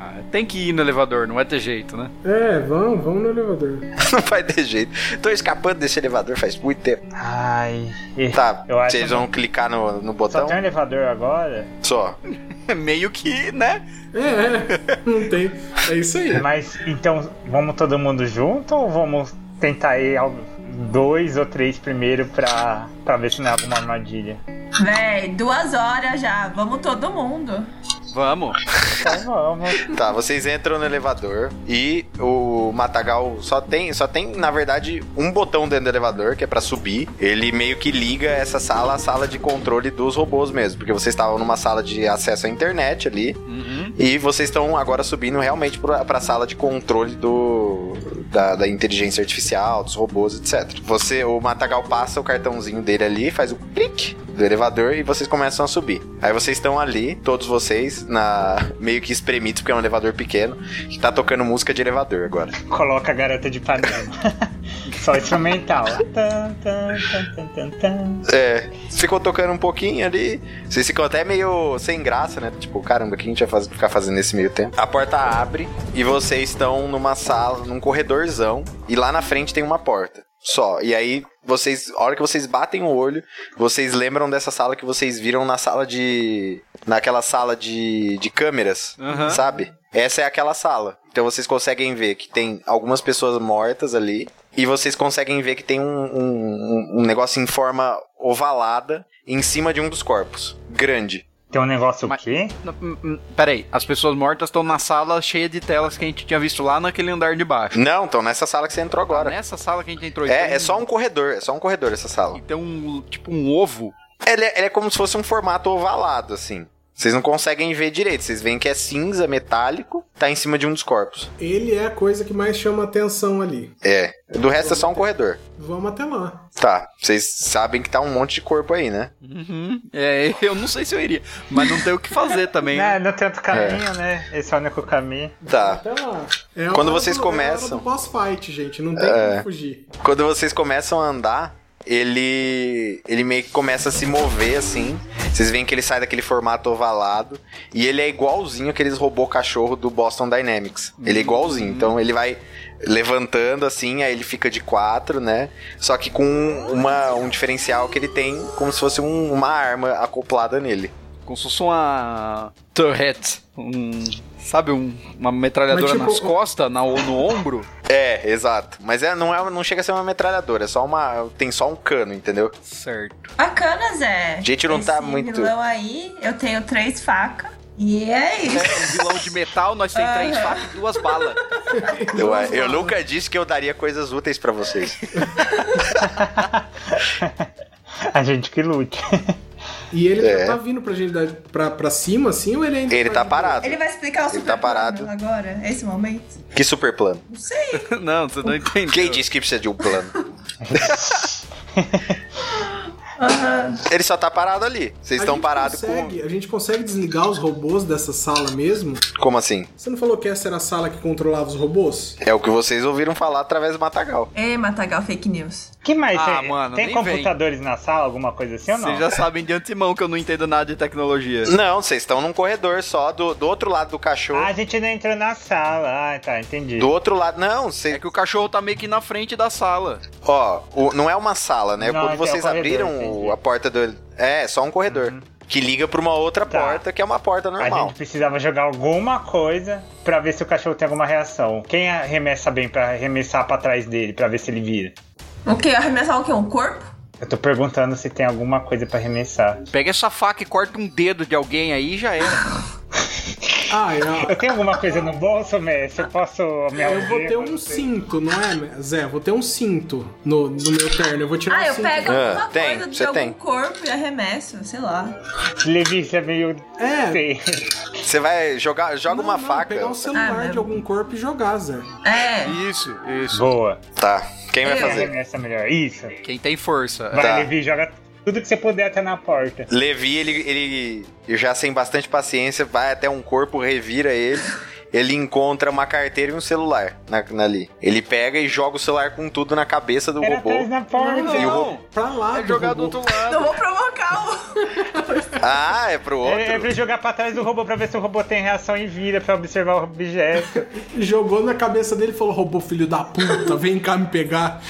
Speaker 2: Ah, Tem que ir no elevador, não vai ter
Speaker 1: *laughs*
Speaker 2: jeito, né?
Speaker 4: É, vamos, vamos no elevador.
Speaker 1: Não vai ter jeito. Tô escapando desse elevador faz muito tempo.
Speaker 3: Ai.
Speaker 1: Tá,
Speaker 3: *laughs* Eu acho
Speaker 1: vocês
Speaker 3: que-
Speaker 1: vão clicar no, no
Speaker 3: Só
Speaker 1: botão?
Speaker 3: tem um elevador agora?
Speaker 1: Só.
Speaker 2: É meio que, né?
Speaker 4: É, é, *laughs* não tem. É isso aí.
Speaker 3: Mas então, vamos todo mundo junto ou vamos tentar ir ao- dois ou três primeiro pra, pra ver se não é alguma armadilha?
Speaker 5: Véi, duas horas já. Vamos todo mundo.
Speaker 2: Vamos.
Speaker 3: Então vamos.
Speaker 1: Tá, vocês entram no elevador e o Matagal só tem, só tem, na verdade, um botão dentro do elevador, que é pra subir. Ele meio que liga essa sala à sala de controle dos robôs mesmo, porque vocês estavam numa sala de acesso à internet ali
Speaker 2: Uhum.
Speaker 1: e vocês estão agora subindo realmente pra, pra sala de controle do da, da inteligência artificial, dos robôs, etc. Você, o Matagal passa o cartãozinho dele ali, faz o clique do elevador e vocês começam a subir. Aí vocês estão ali, todos vocês, na meio que espremidos, porque é um elevador pequeno, que tá tocando música de elevador agora.
Speaker 3: Coloca a garota de panela. *laughs*
Speaker 2: *laughs*
Speaker 3: Só instrumental. Tan, tan, tan, tan, tan, tan.
Speaker 1: É, ficou tocando um pouquinho ali. Vocês ficam até meio sem graça, né? Tipo, caramba, o que a gente vai faz- ficar fazendo nesse meio tempo? A porta abre e vocês estão numa sala, num corredorzão, e lá na frente tem uma porta. Só. E aí, vocês, a hora que vocês batem o olho, vocês lembram dessa sala que vocês viram na sala de. naquela sala de, de câmeras,
Speaker 2: Aham.
Speaker 1: sabe? Essa é aquela sala. Então vocês conseguem ver que tem algumas pessoas mortas ali. E vocês conseguem ver que tem um, um, um- um negócio em forma ovalada em cima de um dos corpos. Grande.
Speaker 3: Tem um negócio o
Speaker 2: Mas-
Speaker 3: quê?
Speaker 2: N- n- n- hum, Peraí, as pessoas mortas estão na sala cheia de telas que a gente tinha visto lá naquele andar de baixo.
Speaker 1: Não, então nessa sala que você entrou agora.
Speaker 2: Nessa sala que a gente entrou então,
Speaker 1: É, é só um corredor, é só um corredor essa sala.
Speaker 2: Tem um, tipo, um ovo.
Speaker 1: Ele é, ele é como se fosse um formato ovalado, assim. Vocês não conseguem ver direito, vocês veem que é cinza, metálico, tá em cima de um dos corpos.
Speaker 4: Ele é a coisa que mais chama atenção ali.
Speaker 1: É. Do resto é só um corredor.
Speaker 4: Vamos até lá.
Speaker 1: Tá, vocês sabem que tá um monte de corpo aí, né?
Speaker 2: Uhum. É, *laughs* eu não sei se eu iria, mas não tem o que fazer também. né?
Speaker 3: *laughs* Não, não tem outro caminho, né? Esse é o único caminho. *laughs*
Speaker 1: Tá.
Speaker 4: Até lá. É a
Speaker 1: Quando
Speaker 4: hora
Speaker 1: vocês
Speaker 4: do- é a hora
Speaker 1: começam-
Speaker 4: do boss fight, gente. Não tem
Speaker 1: É.
Speaker 4: como fugir.
Speaker 1: Quando vocês começam a andar, ele ele meio que começa a se mover assim. Vocês veem que ele sai daquele formato ovalado e ele é igualzinho aqueles robô cachorro do Boston Dynamics. Ele é igualzinho. Então ele vai levantando assim, aí ele fica de quatro, né? Só que com uma, um diferencial que ele tem, como se fosse um- uma arma acoplada nele.
Speaker 2: Como se fosse uma turret. Um, sabe, um- uma metralhadora
Speaker 4: Mas, tipo,
Speaker 2: nas costas, na, no ombro.
Speaker 1: É, exato. Mas é, não é, não chega a ser uma metralhadora, é só uma tem só um cano, entendeu?
Speaker 2: Certo.
Speaker 5: Bacana, Zé.
Speaker 1: A gente não
Speaker 5: Esse
Speaker 1: tá muito-
Speaker 5: vilão aí, eu tenho três facas. E é
Speaker 2: É,
Speaker 5: isso.
Speaker 2: um vilão de metal, nós temos três facas e duas balas.
Speaker 1: Eu, é, eu nunca disse que eu daria coisas úteis pra vocês.
Speaker 3: A gente que lute.
Speaker 4: E ele
Speaker 1: É.
Speaker 4: já tá vindo pra gente da- pra, pra cima, assim, ou ele ainda.
Speaker 1: Ele tá
Speaker 4: de-
Speaker 1: parado.
Speaker 5: Ele vai explicar o
Speaker 1: Ele
Speaker 5: super
Speaker 1: tá parado.
Speaker 5: plano agora, esse momento?
Speaker 1: Que super plano?
Speaker 5: Não sei.
Speaker 2: *laughs* Não, você não entendeu.
Speaker 1: Quem disse que precisa de um plano?
Speaker 5: Aham.
Speaker 1: Ele só tá parado ali. Vocês
Speaker 4: A
Speaker 1: estão
Speaker 4: gente
Speaker 1: parados
Speaker 4: consegue- A gente consegue desligar os robôs dessa sala mesmo?
Speaker 1: com. Como assim?
Speaker 4: Você não falou que essa era a sala que controlava os robôs?
Speaker 1: É o que vocês ouviram falar através do Matagal.
Speaker 5: Ei, Matagal, fake news.
Speaker 3: que mais?
Speaker 2: Ah,
Speaker 3: tem
Speaker 2: mano,
Speaker 3: tem
Speaker 2: nem
Speaker 3: computadores na sala, alguma coisa assim ou não?
Speaker 2: Vocês já sabem de antemão que eu não entendo nada de tecnologia.
Speaker 1: Não, vocês estão num corredor só do, do outro lado do cachorro.
Speaker 3: Ah, a gente não entrou na sala. Ah, tá, entendi.
Speaker 1: do outro lado. Não, vocês.
Speaker 2: É que o cachorro tá meio que na frente da sala.
Speaker 1: Ó, o- não é uma sala, né?
Speaker 3: Não,
Speaker 1: Quando
Speaker 3: é que é
Speaker 1: vocês
Speaker 3: um corredor,
Speaker 1: abriram o-
Speaker 3: entendi. Uhum.
Speaker 1: a porta do. É, só um corredor. Que liga pra uma outra
Speaker 3: Tá.
Speaker 1: porta, que é uma porta
Speaker 3: A
Speaker 1: normal.
Speaker 3: gente precisava jogar alguma coisa pra ver se o cachorro tem alguma reação. Quem arremessa bem pra arremessar pra trás dele, pra ver se ele vira?
Speaker 5: O quê? Arremessar o quê? Um corpo?
Speaker 3: Eu tô perguntando se tem alguma coisa pra arremessar.
Speaker 2: Pega essa faca e corta um dedo de alguém aí e já era.
Speaker 4: Ah, eu,
Speaker 3: Eu tenho alguma coisa no bolso, mestre? Eu posso me
Speaker 2: É,
Speaker 4: eu vou ter um cinto, não é, Zé? Vou ter um cinto no, no meu terno. Eu vou tirar
Speaker 5: Ah,
Speaker 4: um
Speaker 5: eu
Speaker 4: cinto.
Speaker 5: pego
Speaker 1: Ah,
Speaker 5: alguma
Speaker 1: tem,
Speaker 5: coisa de
Speaker 1: você
Speaker 5: algum
Speaker 1: tem.
Speaker 5: corpo e arremesso, sei lá.
Speaker 3: Levícia meio.
Speaker 4: É.
Speaker 3: Sei.
Speaker 1: Você vai jogar, joga
Speaker 4: Não,
Speaker 1: uma
Speaker 4: não,
Speaker 1: faca.
Speaker 4: Pegar um
Speaker 5: Ah,
Speaker 4: celular
Speaker 5: não.
Speaker 4: de algum corpo e jogar, Zé.
Speaker 5: É.
Speaker 2: Isso, isso.
Speaker 3: Boa.
Speaker 1: Tá. Quem vai
Speaker 3: É.
Speaker 5: Eu.
Speaker 1: fazer?
Speaker 3: Arremessa melhor. Isso.
Speaker 2: Quem tem força.
Speaker 3: Vai,
Speaker 1: Tá.
Speaker 3: Levi, joga tudo que você puder até na porta.
Speaker 1: Levi, ele, ele já sem bastante paciência vai até um corpo, revira ele. Ele encontra uma carteira e um celular na, na- ali. Ele pega e joga o celular com tudo na cabeça do
Speaker 3: Era
Speaker 1: robô.
Speaker 3: atrás na porta.
Speaker 1: E o robô-
Speaker 4: Pra lá,
Speaker 2: É
Speaker 4: do
Speaker 2: jogar do
Speaker 4: robô.
Speaker 2: outro
Speaker 5: Não
Speaker 2: lado.
Speaker 5: vou provocar o. *laughs*
Speaker 1: Ah, é pro outro?
Speaker 3: É, é pra jogar pra trás do robô pra ver se o robô tem reação em vida, pra observar o objeto.
Speaker 4: Jogou na cabeça dele e falou: robô, filho da puta, vem cá me pegar.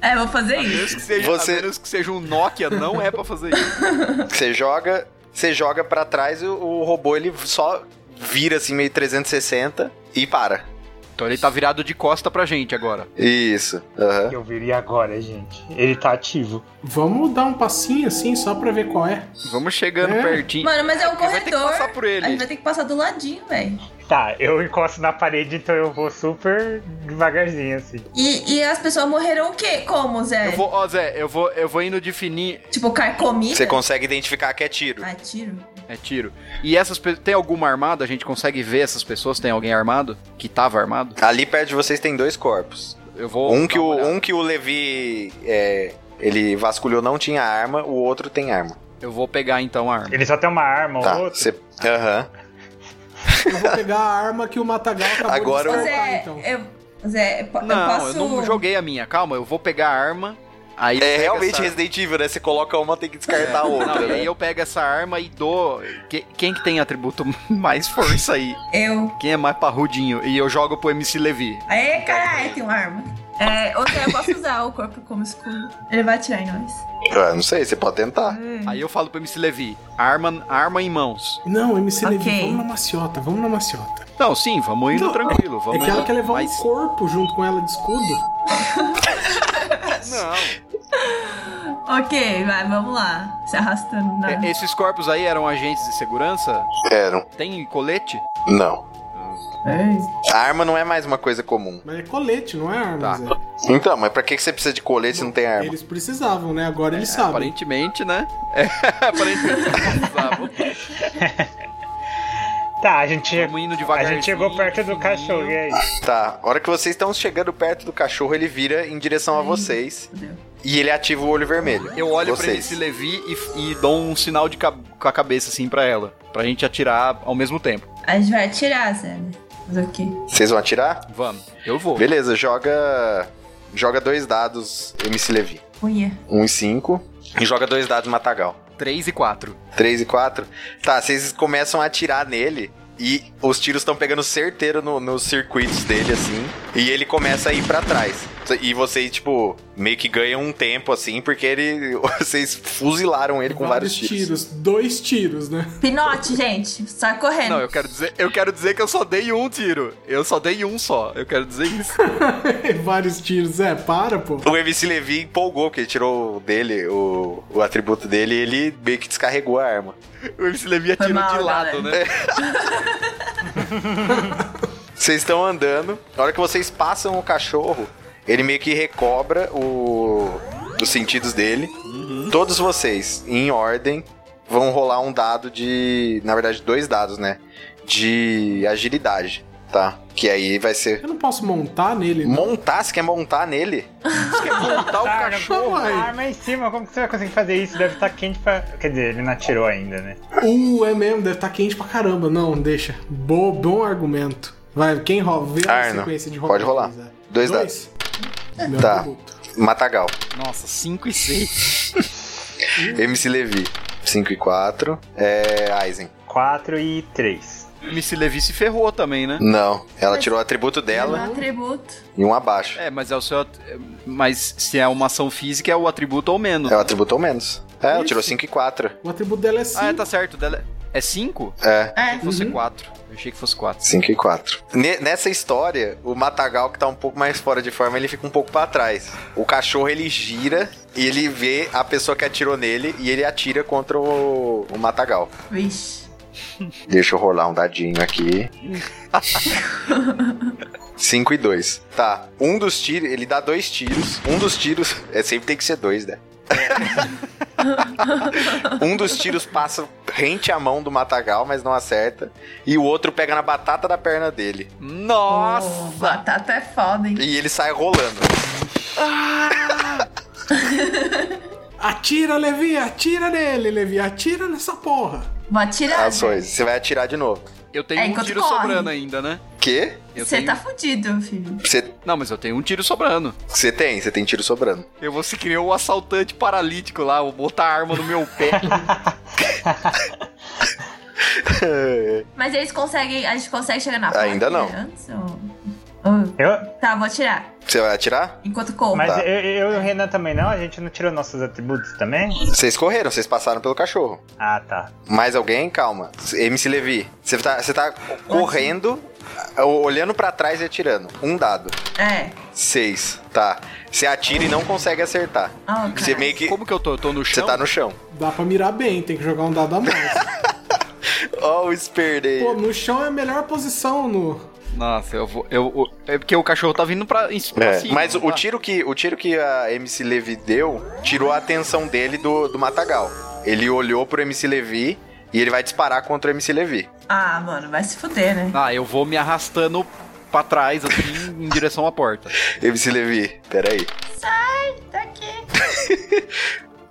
Speaker 5: É, vou fazer
Speaker 2: A
Speaker 5: isso.
Speaker 2: menos, que seja,
Speaker 1: Você-
Speaker 2: a menos que seja um Nokia, não é pra fazer isso.
Speaker 1: Você joga, você joga para trás e o, o robô ele só vira assim meio 360 e para.
Speaker 2: *laughs* Então ele tá virado de costa pra gente agora.
Speaker 1: Isso. aham.
Speaker 3: Eu viria agora, gente. Ele tá ativo.
Speaker 4: Vamos dar um passinho assim, só pra ver qual é.
Speaker 2: Vamos chegando
Speaker 4: É.
Speaker 2: pertinho.
Speaker 5: Mano, mas é um
Speaker 2: Porque vai ter que
Speaker 5: corredor.
Speaker 2: passar por ele.
Speaker 5: A gente vai ter que passar do ladinho, velho.
Speaker 3: Tá, eu encosto na parede, então eu vou super devagarzinho, assim.
Speaker 5: E, e as pessoas morreram o quê? Como, Zé?
Speaker 2: Eu vou, ó, Zé, eu vou, eu vou indo de fininho.
Speaker 5: Tipo, carcomida?
Speaker 1: Você consegue identificar que é tiro.
Speaker 5: Ah, tiro.
Speaker 2: É tiro. E essas pessoas. Tem alguma armada? A gente consegue ver essas pessoas? Tem alguém armado? Que tava armado?
Speaker 1: Ali perto de vocês tem dois corpos.
Speaker 2: Eu vou.
Speaker 1: Um que
Speaker 2: dar uma
Speaker 1: o,
Speaker 2: olhada.
Speaker 1: um que o Levi é, ele vasculhou não tinha arma, o outro tem arma.
Speaker 2: Eu vou pegar então a arma.
Speaker 3: Ele só tem uma arma
Speaker 1: Tá.
Speaker 3: ou outra.
Speaker 1: Você. Aham.
Speaker 4: Eu vou pegar a arma que o Matagal acabou
Speaker 1: Agora
Speaker 4: de
Speaker 1: Então o-
Speaker 4: soltar,
Speaker 5: Zé,
Speaker 4: então.
Speaker 5: é, eu. Zé, po- eu
Speaker 2: Não, eu
Speaker 5: posso.
Speaker 2: não joguei a minha. Calma, eu vou pegar a arma. Aí eu
Speaker 1: É
Speaker 2: pego
Speaker 1: realmente
Speaker 2: essa-
Speaker 1: Resident Evil, né? Você coloca uma, tem que descartar a outra.
Speaker 2: Não, e
Speaker 1: né?
Speaker 2: aí eu pego essa arma e dou. Que- Quem que tem atributo *laughs* mais força aí?
Speaker 5: Eu.
Speaker 2: Quem é mais parrudinho? E eu jogo pro MC Levi.
Speaker 5: Aê, caralho, tem uma arma. É, ou Zé, eu posso usar o corpo como escudo. Ele vai atirar em nós.
Speaker 1: Ah, não sei, você pode tentar.
Speaker 4: Hum.
Speaker 2: Aí eu falo pro MC Levi, arma, arma em mãos.
Speaker 4: Não, MC Levi,
Speaker 5: Ok.
Speaker 4: vamos na maciota, vamos na maciota.
Speaker 2: Não, sim, vamos indo
Speaker 4: Não,
Speaker 2: tranquilo.
Speaker 4: É
Speaker 2: Vamos
Speaker 4: que ela quer levar
Speaker 2: mas-
Speaker 4: um corpo junto com ela de escudo.
Speaker 2: Não.
Speaker 5: Ok, vai, vamos lá. Se arrastando né? na.
Speaker 4: né?
Speaker 2: E- é, Esses corpos aí eram agentes de segurança?
Speaker 1: É, não.
Speaker 2: Tem colete?
Speaker 1: Não.
Speaker 2: é.
Speaker 5: Ei.
Speaker 1: A arma não é mais uma coisa comum.
Speaker 4: Mas é colete, não é arma,
Speaker 2: Tá.
Speaker 4: Zé.
Speaker 1: Então, mas pra que que você precisa de colete se não tem arma?
Speaker 4: Eles precisavam, né? Agora
Speaker 1: É,
Speaker 4: eles sabem.
Speaker 2: Aparentemente, né? É, *laughs* aparentemente não precisavam.
Speaker 3: Tá, a gente.
Speaker 2: Vamos indo
Speaker 3: A
Speaker 2: devagarzinho.
Speaker 3: gente chegou perto do cachorro, e é aí?
Speaker 1: Tá, a hora que vocês estão chegando perto do cachorro, ele vira em direção a vocês.
Speaker 5: fudeu.
Speaker 1: E ele ativa o olho vermelho.
Speaker 2: Hum. Eu olho pra
Speaker 1: vocês.
Speaker 2: MC Levi e, e dou um sinal de cab- com a cabeça assim pra ela. Pra gente atirar ao mesmo tempo.
Speaker 5: A gente vai atirar, Zé. né? Mas ok.
Speaker 1: Vocês vão atirar?
Speaker 2: Vamos. Eu vou.
Speaker 1: Beleza, joga. Joga dois dados, MC Levi.
Speaker 5: Unha.
Speaker 1: Um e cinco. E joga dois dados Matagal.
Speaker 2: 3 e 4.
Speaker 1: 3 e 4. Tá, vocês começam a atirar nele e os tiros estão pegando certeiro no- nos circuitos dele, assim. E ele começa a ir pra trás. E vocês, tipo, meio que ganham um tempo, assim, porque ele. *laughs* Vocês fuzilaram ele com vários, tiros.
Speaker 4: Dois tiros, né? *laughs*
Speaker 5: Pinote, gente. Sai correndo.
Speaker 2: Não, eu quero dizer, eu quero dizer que eu só dei um tiro. Eu só dei um só. Eu quero dizer isso.
Speaker 4: vários tiros, Zé. Para, pô.
Speaker 1: O MC Levi empolgou, porque ele tirou dele o, o atributo dele e ele meio que descarregou a arma.
Speaker 2: O MC Levi
Speaker 5: Foi
Speaker 2: atirou
Speaker 5: mal,
Speaker 2: de lado,
Speaker 5: galera.
Speaker 2: né?
Speaker 1: Vocês estão andando, na hora que vocês passam o cachorro, ele meio que recobra o, os sentidos dele. Todos vocês, em ordem, vão rolar um dado de. Na verdade, dois dados, né? De agilidade, tá? Que aí vai ser.
Speaker 4: Eu não posso montar nele. né?
Speaker 1: Montar, você quer montar nele?
Speaker 2: Isso que é montar o
Speaker 3: Tá,
Speaker 2: cachorro.
Speaker 3: A arma em cima, como que você vai conseguir fazer isso? Deve estar quente pra. Quer dizer, ele não atirou ainda, né?
Speaker 4: Uh, é mesmo, deve estar quente pra caramba. Não, deixa. Bo, bom argumento. Vai, quem rola? Vê a
Speaker 1: Arno,
Speaker 4: sequência de
Speaker 1: pode rolar.
Speaker 4: Zé.
Speaker 1: Dois
Speaker 4: dados. é. Meu
Speaker 1: Tá.
Speaker 4: atributo.
Speaker 1: Matagal.
Speaker 2: Nossa, 5 e 6.
Speaker 1: MC Levi. 5 e 4. É. Aizen.
Speaker 3: 4 e 3.
Speaker 2: O MC Levi se ferrou também, né?
Speaker 1: Não. Ela tirou o atributo
Speaker 5: Um
Speaker 1: dela
Speaker 5: atributo.
Speaker 1: e um abaixo.
Speaker 2: É, mas é o seu. at- Mas se é uma ação física, é o atributo ou menos.
Speaker 1: Ela atributou menos. É, ela
Speaker 4: Isso.
Speaker 1: tirou 5 e 4.
Speaker 4: O atributo dela é 5.
Speaker 2: Ah, é, tá certo. Dela... É 5?
Speaker 1: É.
Speaker 5: É.
Speaker 2: Fosse 4. Eu achei que fosse 4.
Speaker 1: 5 e 4. Nessa história, o Matagal, que tá um pouco mais fora de forma, ele fica um pouco pra trás. O cachorro, ele gira e ele vê a pessoa que atirou nele e ele atira contra o, o Matagal.
Speaker 5: Vixe.
Speaker 1: Deixa eu rolar um dadinho aqui. 5 e 2. Tá. Um dos tiros, ele dá dois tiros. Um dos tiros. É, sempre tem que ser dois, né? um dos tiros passa rente à mão do Matagal, mas não acerta. E o outro pega na batata da perna dele.
Speaker 5: Ô,
Speaker 2: Nossa!
Speaker 5: batata é foda, hein?
Speaker 1: E ele sai rolando.
Speaker 4: Atira, Levi, atira nele, Levi, atira nessa porra.
Speaker 5: Uma tirada.
Speaker 1: Ações. Você vai atirar de novo.
Speaker 2: Eu tenho
Speaker 5: É,
Speaker 2: um
Speaker 5: enquanto
Speaker 2: tiro
Speaker 5: corre.
Speaker 2: sobrando ainda, né?
Speaker 1: Que?
Speaker 2: Eu
Speaker 5: Você
Speaker 2: tenho...
Speaker 5: tá fudido, filho.
Speaker 1: Você
Speaker 2: Não, mas eu tenho um tiro sobrando.
Speaker 1: você tem, você tem tiro sobrando.
Speaker 2: Eu vou se criar o assaltante paralítico lá, vou botar a arma no meu
Speaker 1: *laughs*
Speaker 2: pé.
Speaker 5: Mas eles conseguem. A gente consegue chegar na porta?
Speaker 1: Ainda não.
Speaker 5: antes, ou- ou-
Speaker 3: Eu,
Speaker 5: Tá, vou atirar.
Speaker 1: Você vai atirar?
Speaker 5: Enquanto corro.
Speaker 3: mas
Speaker 1: Tá.
Speaker 3: eu, eu e o Renan também não? A gente não tirou nossos atributos também?
Speaker 1: Vocês correram, vocês passaram pelo cachorro.
Speaker 3: Ah, tá.
Speaker 1: Mais alguém? Calma. MC Levi, você tá, você tá correndo, olhando pra trás e atirando. Um dado.
Speaker 5: É.
Speaker 1: Seis. Tá. Você atira e não consegue acertar.
Speaker 5: Ah, cara.
Speaker 1: Você meio que.
Speaker 2: Como que eu tô? Eu tô no
Speaker 1: Você
Speaker 2: chão?
Speaker 1: tá no chão.
Speaker 4: Dá pra mirar bem, tem que jogar um dado
Speaker 1: *laughs*
Speaker 4: a mais.
Speaker 1: Ó, o Spear aí.
Speaker 4: Pô, no chão é a melhor posição no.
Speaker 2: Nossa, eu vou... Eu, eu- é porque o cachorro tá vindo pra, em, pra
Speaker 1: É,
Speaker 5: assim,
Speaker 2: cima,
Speaker 1: mas
Speaker 2: não
Speaker 1: o
Speaker 2: tá?
Speaker 1: tiro, que, o tiro que a MC Levi deu tirou a atenção dele do, do Matagal. Ele olhou pro MC Levi e ele vai disparar contra o MC Levi.
Speaker 5: Ah, mano, vai se fuder, né?
Speaker 2: Ah, eu vou me arrastando pra trás, assim, em direção à porta.
Speaker 1: MC Levi, peraí.
Speaker 5: Sai daqui.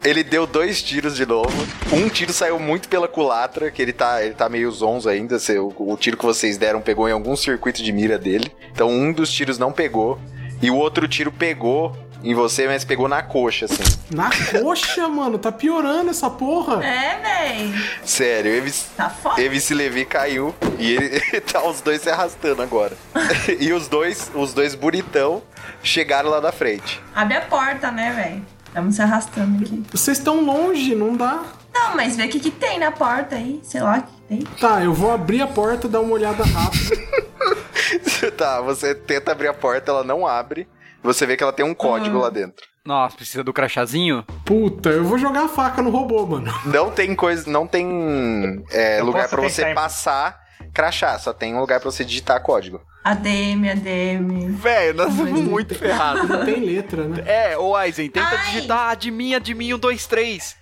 Speaker 1: Ele deu dois tiros de novo. Um tiro saiu muito pela culatra, que ele tá, ele tá meio zonzo ainda. se- O, o tiro que vocês deram pegou em algum circuito de mira dele. Então um dos tiros não pegou. E o outro tiro pegou em você, mas pegou na coxa, assim.
Speaker 4: Na coxa, mano, tá piorando essa porra.
Speaker 5: É, véi.
Speaker 1: Sério, MC,
Speaker 5: Tá foda.
Speaker 1: MC Levi caiu e ele *laughs* tá os dois se arrastando agora. *laughs* e os dois, os dois bonitão, chegaram lá na frente. *laughs*
Speaker 5: Abre a porta, né, véi? Estamos se arrastando aqui.
Speaker 4: Vocês estão longe, não dá.
Speaker 5: Não, mas vê o que, que tem na porta aí. Sei lá o que tem.
Speaker 4: Tá, eu vou abrir a porta, dar uma olhada rápida.
Speaker 1: tá, você tenta abrir a porta, ela não abre. Você vê que ela tem um código lá dentro.
Speaker 2: Nossa, precisa do crachazinho?
Speaker 4: *laughs* Puta, eu vou jogar a faca no robô, mano.
Speaker 1: Não tem coisa, não tem é,
Speaker 3: Eu
Speaker 1: lugar
Speaker 3: posso
Speaker 1: pra você
Speaker 3: tentar em-
Speaker 1: passar, crachá. Só tem um lugar pra você digitar código.
Speaker 5: ADM, ADM.
Speaker 2: Velho, nós estamos muito ferrados.
Speaker 4: Não tem letra, né?
Speaker 2: É, ô Aizen, tenta
Speaker 5: Ai.
Speaker 2: digitar admin, admin 1, 2, 3.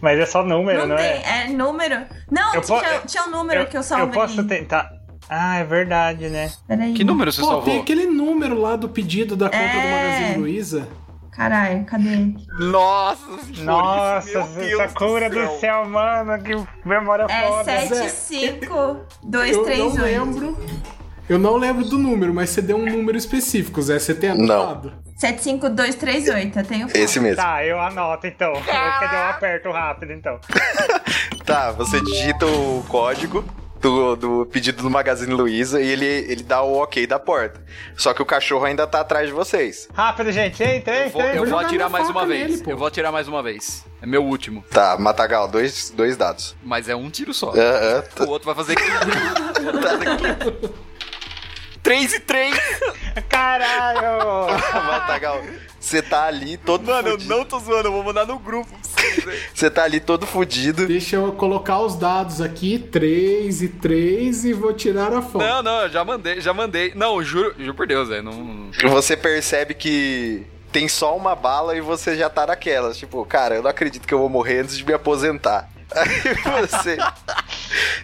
Speaker 3: Mas é só número,
Speaker 5: Não,
Speaker 3: não,
Speaker 5: tem.
Speaker 3: é?
Speaker 5: É número. Não,
Speaker 3: Eu po-
Speaker 5: tinha, tinha um número que eu salvei.
Speaker 3: eu posso tentar. Ah, é verdade, né?
Speaker 5: Peraí.
Speaker 2: Que número você
Speaker 4: Pô, tem
Speaker 2: salvou?
Speaker 4: aquele número lá do pedido da conta do
Speaker 5: É.
Speaker 4: Magazine Luiza.
Speaker 5: Caralho, cadê?
Speaker 2: Nossa senhora,
Speaker 3: Nossa,
Speaker 2: meu Deus
Speaker 3: Sakura do céu. mano, que memória
Speaker 5: É
Speaker 3: Tá foda.
Speaker 4: Zé,
Speaker 5: 75238.
Speaker 4: Eu não lembro. Eu não lembro do número, mas você deu um número específico, Zé. Você tem anotado?
Speaker 5: 75238, eu tenho foto.
Speaker 1: Esse mesmo. Tá.
Speaker 3: Tá, eu anoto então. Cadê eu aperto rápido então?
Speaker 1: Tá, você digita o código do, do pedido do Magazine Luiza e ele, ele dá o ok da porta. Só que o cachorro ainda tá atrás de vocês.
Speaker 3: Rápido, gente. Entra,
Speaker 2: Eu vou,
Speaker 3: entra.
Speaker 2: eu vou
Speaker 4: é, jogar
Speaker 2: atirar
Speaker 4: minha
Speaker 2: mais uma
Speaker 4: faca
Speaker 2: vez.
Speaker 4: nele, pô.
Speaker 2: eu vou atirar mais uma vez. É meu último.
Speaker 1: Tá, Matagal, dois, dois dados.
Speaker 2: Mas é um tiro só.
Speaker 1: Aham, *laughs*
Speaker 2: O outro vai *laughs* fazer. 3 e 3. *laughs*
Speaker 3: Caralho!
Speaker 1: tá- Matagal, você tá ali todo fudido.
Speaker 2: tô zoando, eu vou mandar no grupo pra vocês. velho.
Speaker 1: Você tá ali todo fudido.
Speaker 4: Deixa eu colocar os dados aqui, 3 e 3, e vou tirar a foto.
Speaker 2: Não, não, eu já mandei, já mandei. Não, juro, juro por Deus, velho. Não.
Speaker 1: *laughs* Você percebe que tem só uma bala e você já tá naquelas. Tipo, cara, eu não acredito que eu vou morrer antes de me aposentar. *laughs* Aí você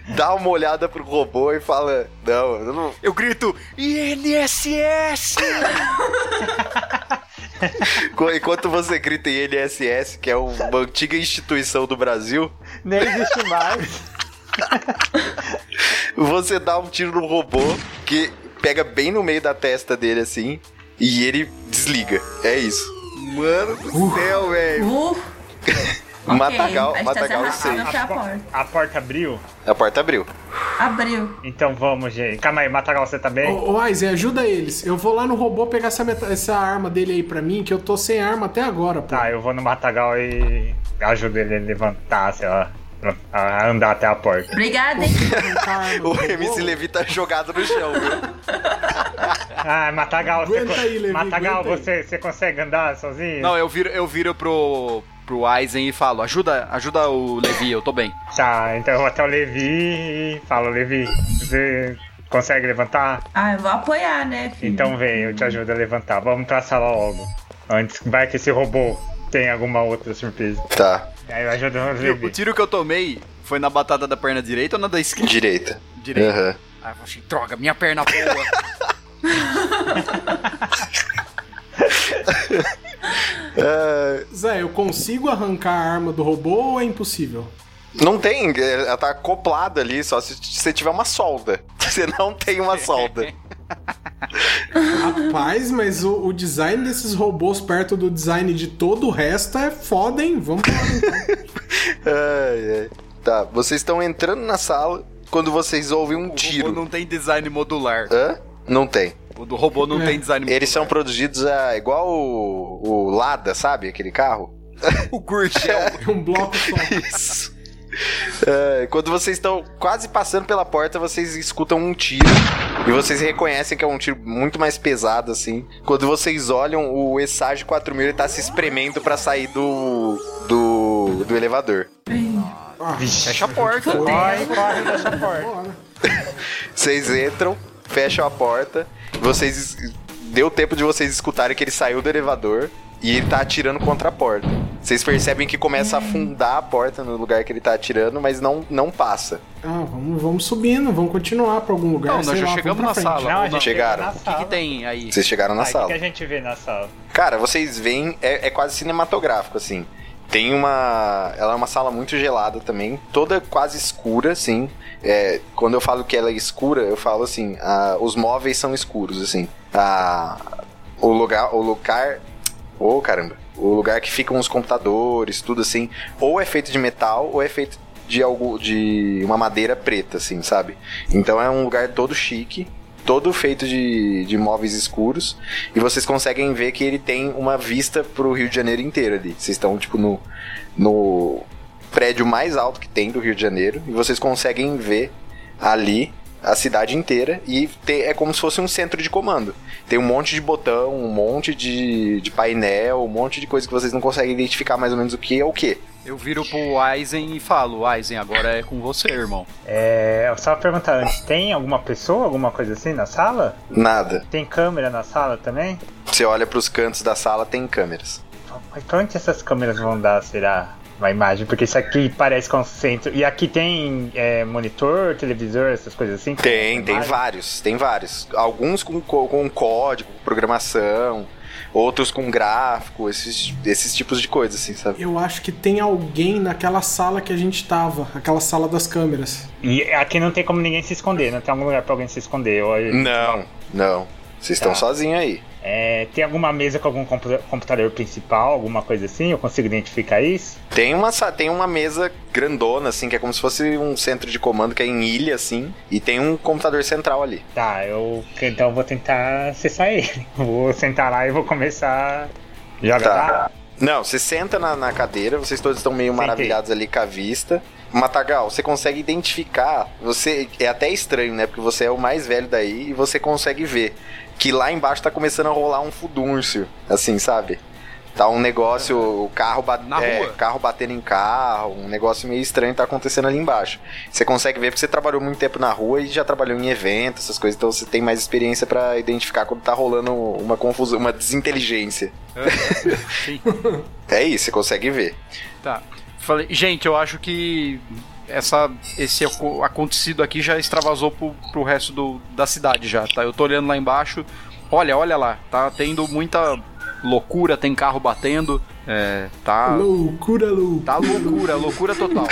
Speaker 1: dá uma olhada pro robô e fala: Não, eu não.
Speaker 2: Eu grito
Speaker 1: *laughs*
Speaker 2: INSS!
Speaker 1: Enqu- Enquanto você grita em INSS, que é uma antiga instituição do Brasil,
Speaker 3: Nem existe mais.
Speaker 1: você dá um tiro no robô que pega bem no meio da testa dele assim. E ele desliga. É isso. Mano do céu, velho.
Speaker 5: Uh,
Speaker 1: Matagal,
Speaker 5: a gente
Speaker 1: Matagal
Speaker 5: tá
Speaker 1: e
Speaker 5: se arrastando
Speaker 1: seis.
Speaker 5: até a porta.
Speaker 3: A porta abriu?
Speaker 1: A porta abriu.
Speaker 5: Abriu.
Speaker 3: Então vamos, gente. Calma aí, Matagal, você tá bem?
Speaker 4: Ô, ô Aizen, ajuda eles. Eu vou lá no robô pegar essa, meta- essa arma dele aí pra mim, que
Speaker 2: é.
Speaker 4: eu tô sem arma até agora, pô.
Speaker 3: Tá, eu vou no Matagal e ajudo ele a levantar, sei lá. a andar até a porta.
Speaker 5: Obrigada, hein?
Speaker 4: Tá Carmo,
Speaker 1: O MC Levi tá jogado no chão, viu?
Speaker 3: Ah, Matagal, você,
Speaker 4: Aguenta
Speaker 3: co-
Speaker 4: aí, Levi,
Speaker 3: Matagal
Speaker 4: aguenta aí.
Speaker 3: você, você consegue andar sozinho?
Speaker 2: Não, eu viro, eu viro pro, pro Aizen e falo, ajuda, ajuda o Levi, eu tô bem.
Speaker 3: Tá, então eu vou até o Levi e falo, Levi, você consegue levantar?
Speaker 5: Ah, eu vou apoiar, né, filho?
Speaker 3: Então vem, eu te ajudo a levantar. Vamos pra sala logo. Antes vai que esse robô tem alguma outra surpresa.
Speaker 1: Tá,
Speaker 3: Aí eu ajudo o
Speaker 2: E o o
Speaker 3: Levi.
Speaker 2: tiro que eu tomei foi na batata da perna direita ou na da esquerda?
Speaker 1: direita.
Speaker 2: Direita.
Speaker 1: Aham.
Speaker 2: Ah, eu achei, droga, minha perna boa.
Speaker 1: Ah,
Speaker 4: Zé, eu consigo arrancar a arma do robô ou é impossível?
Speaker 1: não tem, ela tá acoplada ali, só se você tiver uma solda. *laughs* Você não tem uma solda.
Speaker 4: Rapaz, mas o, o design desses robôs perto do design de todo o resto é foda, hein? Vamos lá.
Speaker 1: *laughs* Ai, ai. Tá, vocês estão entrando na sala quando vocês ouvem um
Speaker 2: O
Speaker 1: tiro.
Speaker 2: robô não tem design modular.
Speaker 1: Hã? Não tem.
Speaker 2: O do robô não
Speaker 4: É.
Speaker 2: tem design modular.
Speaker 1: Eles são produzidos ah, igual o, o Lada, sabe? Aquele carro. *laughs*
Speaker 2: o Gurgel.
Speaker 4: um bloco só.
Speaker 1: Isso. É, quando vocês estão quase passando pela porta, vocês escutam um tiro e vocês reconhecem que é um tiro muito mais pesado assim. Quando vocês olham, o Essage 4000 ele tá se espremendo pra sair do do, do elevador.
Speaker 4: Ah,
Speaker 2: Fecha a porta.
Speaker 3: Corre, corre dessa porta.
Speaker 4: bora.
Speaker 1: Vocês entram, fecham a porta, vocês es- deu tempo de vocês escutarem que ele saiu do elevador e ele tá atirando contra a porta. Vocês percebem que começa a afundar a porta no lugar que ele tá atirando, mas não não passa.
Speaker 4: Ah, vamos, vamos subindo, vamos continuar pra algum lugar.
Speaker 2: Não, nós
Speaker 4: sei
Speaker 2: já
Speaker 4: lá,
Speaker 2: chegamos na
Speaker 4: vamos pra frente.
Speaker 2: sala.
Speaker 3: Não, a gente
Speaker 1: Chegaram. O
Speaker 3: chega na
Speaker 4: Ah,
Speaker 2: O que,
Speaker 4: tá.
Speaker 3: sala.
Speaker 2: que tem aí?
Speaker 1: Vocês chegaram na
Speaker 3: Ah, O
Speaker 1: sala.
Speaker 3: que que a gente vê na sala?
Speaker 1: Cara, vocês veem, é, é quase cinematográfico, assim. Tem uma. Ela é uma sala muito gelada também, toda quase escura, assim. É, quando eu falo que ela é escura, eu falo assim: ah, os móveis são escuros, assim. Ah, o lugar. O lugar. Ô, caramba! O lugar que ficam os computadores, tudo assim. Ou é feito de metal, ou é feito de algo. de uma madeira preta, assim, sabe? Então é um lugar todo chique, todo feito de, de móveis escuros. E vocês conseguem ver que ele tem uma vista pro Rio de Janeiro inteiro ali. Vocês estão, tipo, no, no prédio mais alto que tem do Rio de Janeiro. E vocês conseguem ver ali a cidade inteira. E te- é como se fosse um centro de comando. Tem um monte de botão, um monte de, de painel, um monte de coisa que vocês não conseguem identificar mais ou menos o que é o que.
Speaker 2: Eu viro pro Aizen e falo, Aizen, agora é com você, irmão.
Speaker 3: É, só perguntar antes, tem alguma pessoa, alguma coisa assim na sala?
Speaker 1: Nada.
Speaker 3: Tem câmera na sala também?
Speaker 1: Você olha pros cantos da sala, tem câmeras.
Speaker 3: Mas pra onde essas câmeras vão dar, será? Uma imagem, porque isso aqui parece com um centro. E aqui tem é, monitor, televisor, essas coisas assim?
Speaker 1: Tem, tem
Speaker 3: vários.
Speaker 1: vários, tem vários. Alguns com, co- com código, com programação, outros com gráfico, esses, esses tipos de coisa, assim, sabe?
Speaker 4: Eu acho que tem alguém naquela sala que a gente tava, aquela sala das câmeras.
Speaker 3: E aqui não tem como ninguém se esconder, não tem algum lugar pra alguém se esconder. Ou-
Speaker 1: Não, não. Vocês estão
Speaker 3: Tá.
Speaker 1: sozinhos aí.
Speaker 3: É, tem alguma mesa com algum compu- computador principal, alguma coisa assim? Eu consigo identificar isso?
Speaker 1: Tem uma, sa- tem uma mesa grandona, assim, que é como se fosse um centro de comando, que é em ilha, assim, e tem um computador central ali.
Speaker 3: Tá, eu então eu vou tentar acessar ele. *laughs* Vou sentar lá e vou começar. Joga
Speaker 1: Tá.
Speaker 3: lá.
Speaker 1: Não, você senta na, na cadeira, vocês todos estão meio
Speaker 3: Sentei.
Speaker 1: maravilhados ali com a vista. Matagal, você consegue identificar, você é até estranho, né? Porque você é o mais velho daí e você consegue ver que lá embaixo tá começando a rolar um fudúncio, assim, sabe? Tá um negócio, o carro, ba-
Speaker 2: Na
Speaker 1: é,
Speaker 2: rua.
Speaker 1: carro batendo em carro, um negócio meio estranho tá acontecendo ali embaixo. Você consegue ver porque você trabalhou muito tempo na rua e já trabalhou em eventos, essas coisas, então você tem mais experiência pra identificar quando tá rolando uma confusão, uma desinteligência. *laughs*
Speaker 2: Sim.
Speaker 1: É isso, você consegue ver.
Speaker 2: Tá. Falei, gente, eu acho que essa, esse aco- acontecido aqui já extravasou pro, pro resto do, da cidade já, tá? Eu tô olhando lá embaixo. Olha, olha lá, tá tendo muita loucura, tem carro batendo. É, tá.
Speaker 4: Loucura, loucura.
Speaker 2: Tá loucura, loucura total.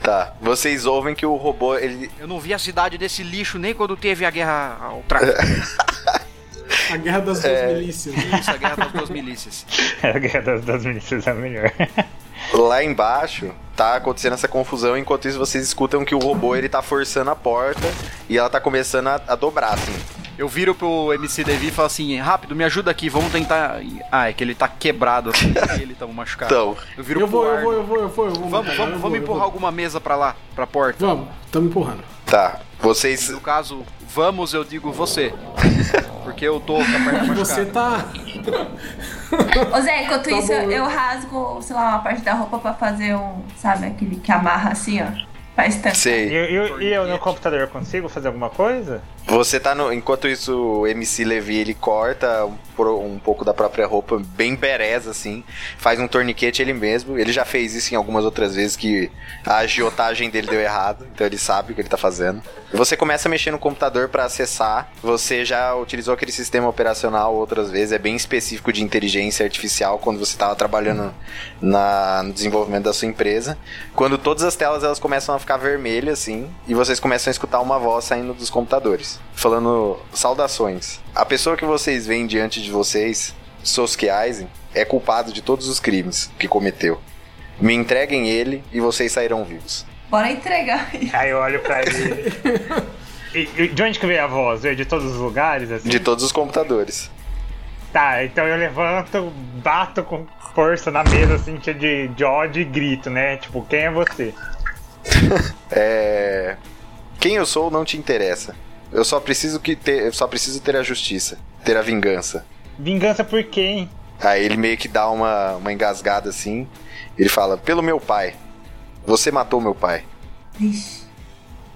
Speaker 1: Tá. Vocês ouvem que o robô, ele.
Speaker 2: Eu não vi a cidade desse lixo nem quando teve a guerra ao tráfico.
Speaker 4: A guerra das
Speaker 2: É.
Speaker 4: duas milícias.
Speaker 2: Isso, a guerra das duas milícias.
Speaker 3: A guerra das, das milícias é melhor.
Speaker 1: Lá embaixo tá acontecendo essa confusão, enquanto isso vocês escutam que o robô ele tá forçando a porta e ela tá começando a, a dobrar, assim.
Speaker 2: Eu viro pro MC Devi e falo assim, rápido, me ajuda aqui, vamos tentar. Ah, é que ele tá quebrado assim, e ele tava machucado.
Speaker 1: Então,
Speaker 2: eu viro
Speaker 4: Eu
Speaker 2: pro
Speaker 4: vou, eu
Speaker 2: Arno.
Speaker 4: vou, eu vou, eu vou, eu vou.
Speaker 2: Vamos,
Speaker 4: cara, eu
Speaker 2: vamos,
Speaker 4: vou,
Speaker 2: vamos
Speaker 4: eu
Speaker 2: empurrar
Speaker 4: vou.
Speaker 2: alguma mesa pra lá, pra porta.
Speaker 4: Vamos, tamo empurrando.
Speaker 1: tá. Vocês.
Speaker 2: No caso, vamos, eu digo você. Porque eu tô com a perna machucada.
Speaker 4: *laughs* Você tá.
Speaker 5: Ô Zé, enquanto
Speaker 4: Tá
Speaker 5: isso,
Speaker 4: bom,
Speaker 5: eu,
Speaker 4: eu-
Speaker 5: eu rasgo, sei lá, uma parte da roupa pra fazer um. Sabe, aquele que amarra assim, ó. Pra estancar.
Speaker 3: E,
Speaker 1: Sei.
Speaker 3: eu- e eu no computador consigo fazer alguma coisa?
Speaker 1: Você tá no. Enquanto isso, o MC Levi ele corta um, pro- um pouco da própria roupa, bem bereza, assim. Faz um torniquete ele mesmo. Ele já fez isso em algumas outras vezes que a agiotagem dele deu errado. Então ele sabe o que ele tá fazendo. Você começa a mexer no computador pra acessar. Você já utilizou aquele sistema operacional outras vezes. É bem específico de inteligência artificial quando você tava trabalhando na, no desenvolvimento da sua empresa. Quando todas as telas elas começam a ficar vermelhas, assim, e vocês começam a escutar uma voz saindo dos computadores, falando saudações. A pessoa que vocês veem diante de vocês, Sosuke Aizen, é culpado de todos os crimes que cometeu. Me entreguem ele e vocês sairão vivos.
Speaker 5: Bora entregar. *laughs*
Speaker 3: Aí eu olho pra ele. E- e de onde que veio a voz? Veio de todos os lugares? Assim?
Speaker 1: De todos os computadores.
Speaker 3: Tá, então eu levanto, bato com força na mesa, assim, cheio de, de ódio e grito, né? Tipo, quem é você?
Speaker 1: É. Quem eu sou não te interessa. Eu só preciso que ter, eu só preciso ter a justiça, ter a vingança.
Speaker 3: Vingança por quem?
Speaker 1: Aí ele meio que dá uma, uma engasgada assim. Ele fala: Pelo meu pai. Você matou meu pai.
Speaker 5: Vixe.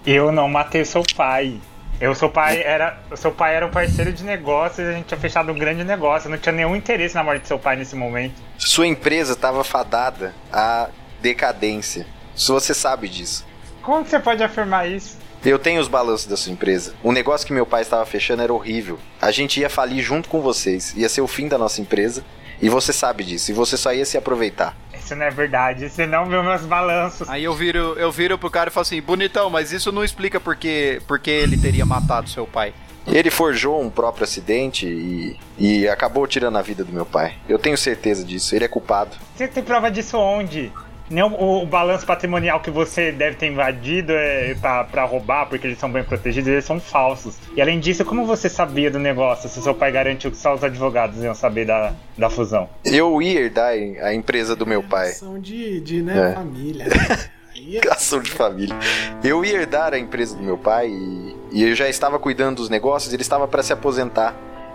Speaker 3: Eu não matei seu pai. Eu, seu pai era, o seu pai era um parceiro de negócios, a gente tinha fechado um grande negócio. Eu não tinha nenhum interesse na morte de seu pai nesse momento.
Speaker 1: Sua empresa estava fadada à decadência. Se você sabe disso.
Speaker 3: Como que você pode afirmar isso?
Speaker 1: Eu tenho os balanços da sua empresa. O negócio que meu pai estava fechando era horrível. A gente ia falir junto com vocês. Ia ser o fim da nossa empresa. E você sabe disso. E você só ia se aproveitar.
Speaker 3: Isso não é verdade, você não viu meus balanços.
Speaker 2: Aí eu viro, eu viro pro cara e falo assim, bonitão, mas isso não explica porque, porque ele teria matado seu pai.
Speaker 1: Ele forjou um próprio acidente e, e acabou tirando a vida do meu pai. Eu tenho certeza disso. Ele é culpado.
Speaker 3: Você tem prova disso onde? Nem o, o balanço patrimonial que você deve ter invadido é pra, pra roubar, porque eles são bem protegidos, eles são falsos. E além disso, como você sabia do negócio se seu pai garantiu que só os advogados iam saber da, da fusão?
Speaker 1: Eu ia herdar a empresa do meu pai. *laughs*
Speaker 4: São de, de né,
Speaker 1: É.
Speaker 4: família.
Speaker 1: *laughs*
Speaker 4: Aí é-
Speaker 1: Ação de família. Eu ia herdar a empresa do meu pai e, e eu já estava cuidando dos negócios, ele estava para se aposentar.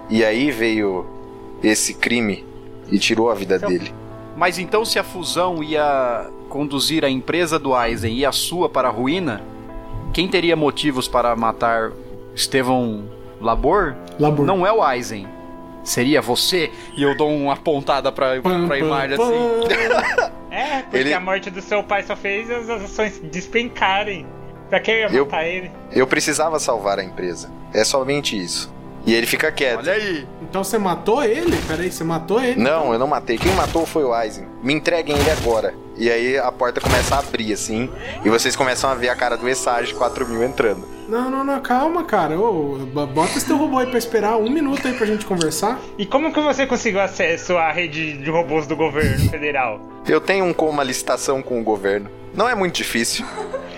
Speaker 1: E aí veio esse crime e tirou a vida dele.
Speaker 2: Mas então se a fusão ia conduzir a empresa do Eisen e a sua para a ruína, quem teria motivos para matar Estevão Labor?
Speaker 4: Labor.
Speaker 2: Não é o Eisen. Seria você? E eu dou uma pontada pra,
Speaker 4: Pam,
Speaker 2: pra
Speaker 4: pam,
Speaker 2: imagem
Speaker 4: pam.
Speaker 2: assim.
Speaker 3: É, porque
Speaker 1: Ele-
Speaker 3: a morte do seu pai só fez as as ações despencarem. Pra que eu ia
Speaker 1: Eu-
Speaker 3: matar ele?
Speaker 1: Eu precisava salvar a empresa. É somente isso. E ele fica quieto.
Speaker 2: Olha aí.
Speaker 4: Então você matou ele? Peraí, você matou ele?
Speaker 1: Não, eu não matei. Quem matou foi o Aizen. Me entreguem ele agora. E aí a porta começa a abrir, assim. E vocês começam a ver a cara do Essage 4000 entrando.
Speaker 4: Não, não, não, calma, cara. Ô, b- bota esse teu robô aí pra esperar um minuto aí pra gente conversar.
Speaker 3: E como que você conseguiu acesso à rede de robôs do governo federal?
Speaker 1: Eu tenho um, com- uma licitação com o governo. Não é muito difícil.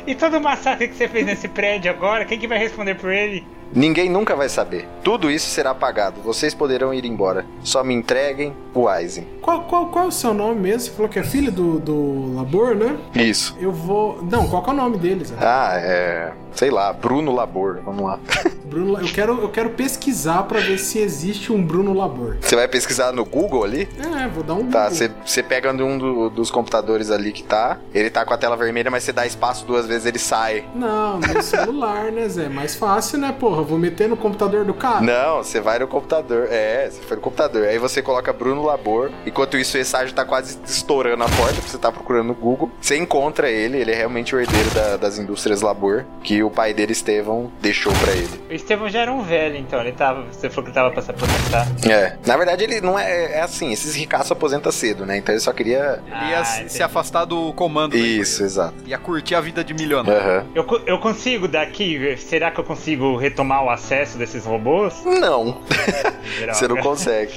Speaker 3: E todo o massacre que você fez nesse prédio agora, quem que vai responder por ele?
Speaker 1: Ninguém nunca vai saber. Tudo isso será pagado. Vocês poderão ir embora. Só me entreguem o Aizen.
Speaker 4: Qual, qual, qual é o seu nome mesmo? Você falou que é filho do, do Labor, né?
Speaker 1: Isso.
Speaker 4: Eu vou. Não, qual que é o nome deles? Zé?
Speaker 1: Ah, é. Sei lá, Bruno Labor. Vamos lá.
Speaker 4: Bruno, eu quero, eu quero pesquisar pra ver se existe um Bruno Labor.
Speaker 1: Você vai pesquisar no Google ali?
Speaker 4: É, vou dar um.
Speaker 1: Tá,
Speaker 4: Google.
Speaker 1: você você pega um do- dos computadores ali que tá. Ele tá com a tela vermelha, mas você dá espaço duas vezes, ele sai.
Speaker 4: Não, no celular, né, Zé? Mais fácil, né, porra? Vou meter no computador do cara.
Speaker 1: Não, você vai no computador. É, você foi no computador. Aí você coloca Bruno Labor. Enquanto isso, o Esságio tá quase estourando a porta, porque você tá procurando no Google. Você encontra ele, ele é realmente o herdeiro da- das indústrias Labor, que o pai dele, Estevão, deixou pra ele.
Speaker 3: O Estevão já era um velho, então, ele tava. Você falou que ele tava pra se aposentar.
Speaker 1: É. Na verdade, ele não é, é assim, esses ricaços aposenta cedo, né? Então ele só queria.
Speaker 2: Ele ia
Speaker 3: Ah,
Speaker 2: se-
Speaker 3: entendi.
Speaker 2: se afastar do comando. né?
Speaker 1: Isso, exato.
Speaker 2: Ia curtir a vida de milionário.
Speaker 1: Aham.
Speaker 3: Eu, co- eu consigo daqui, ver- será que eu consigo mau acesso desses robôs?
Speaker 1: Não,
Speaker 3: Droga.
Speaker 1: você não consegue.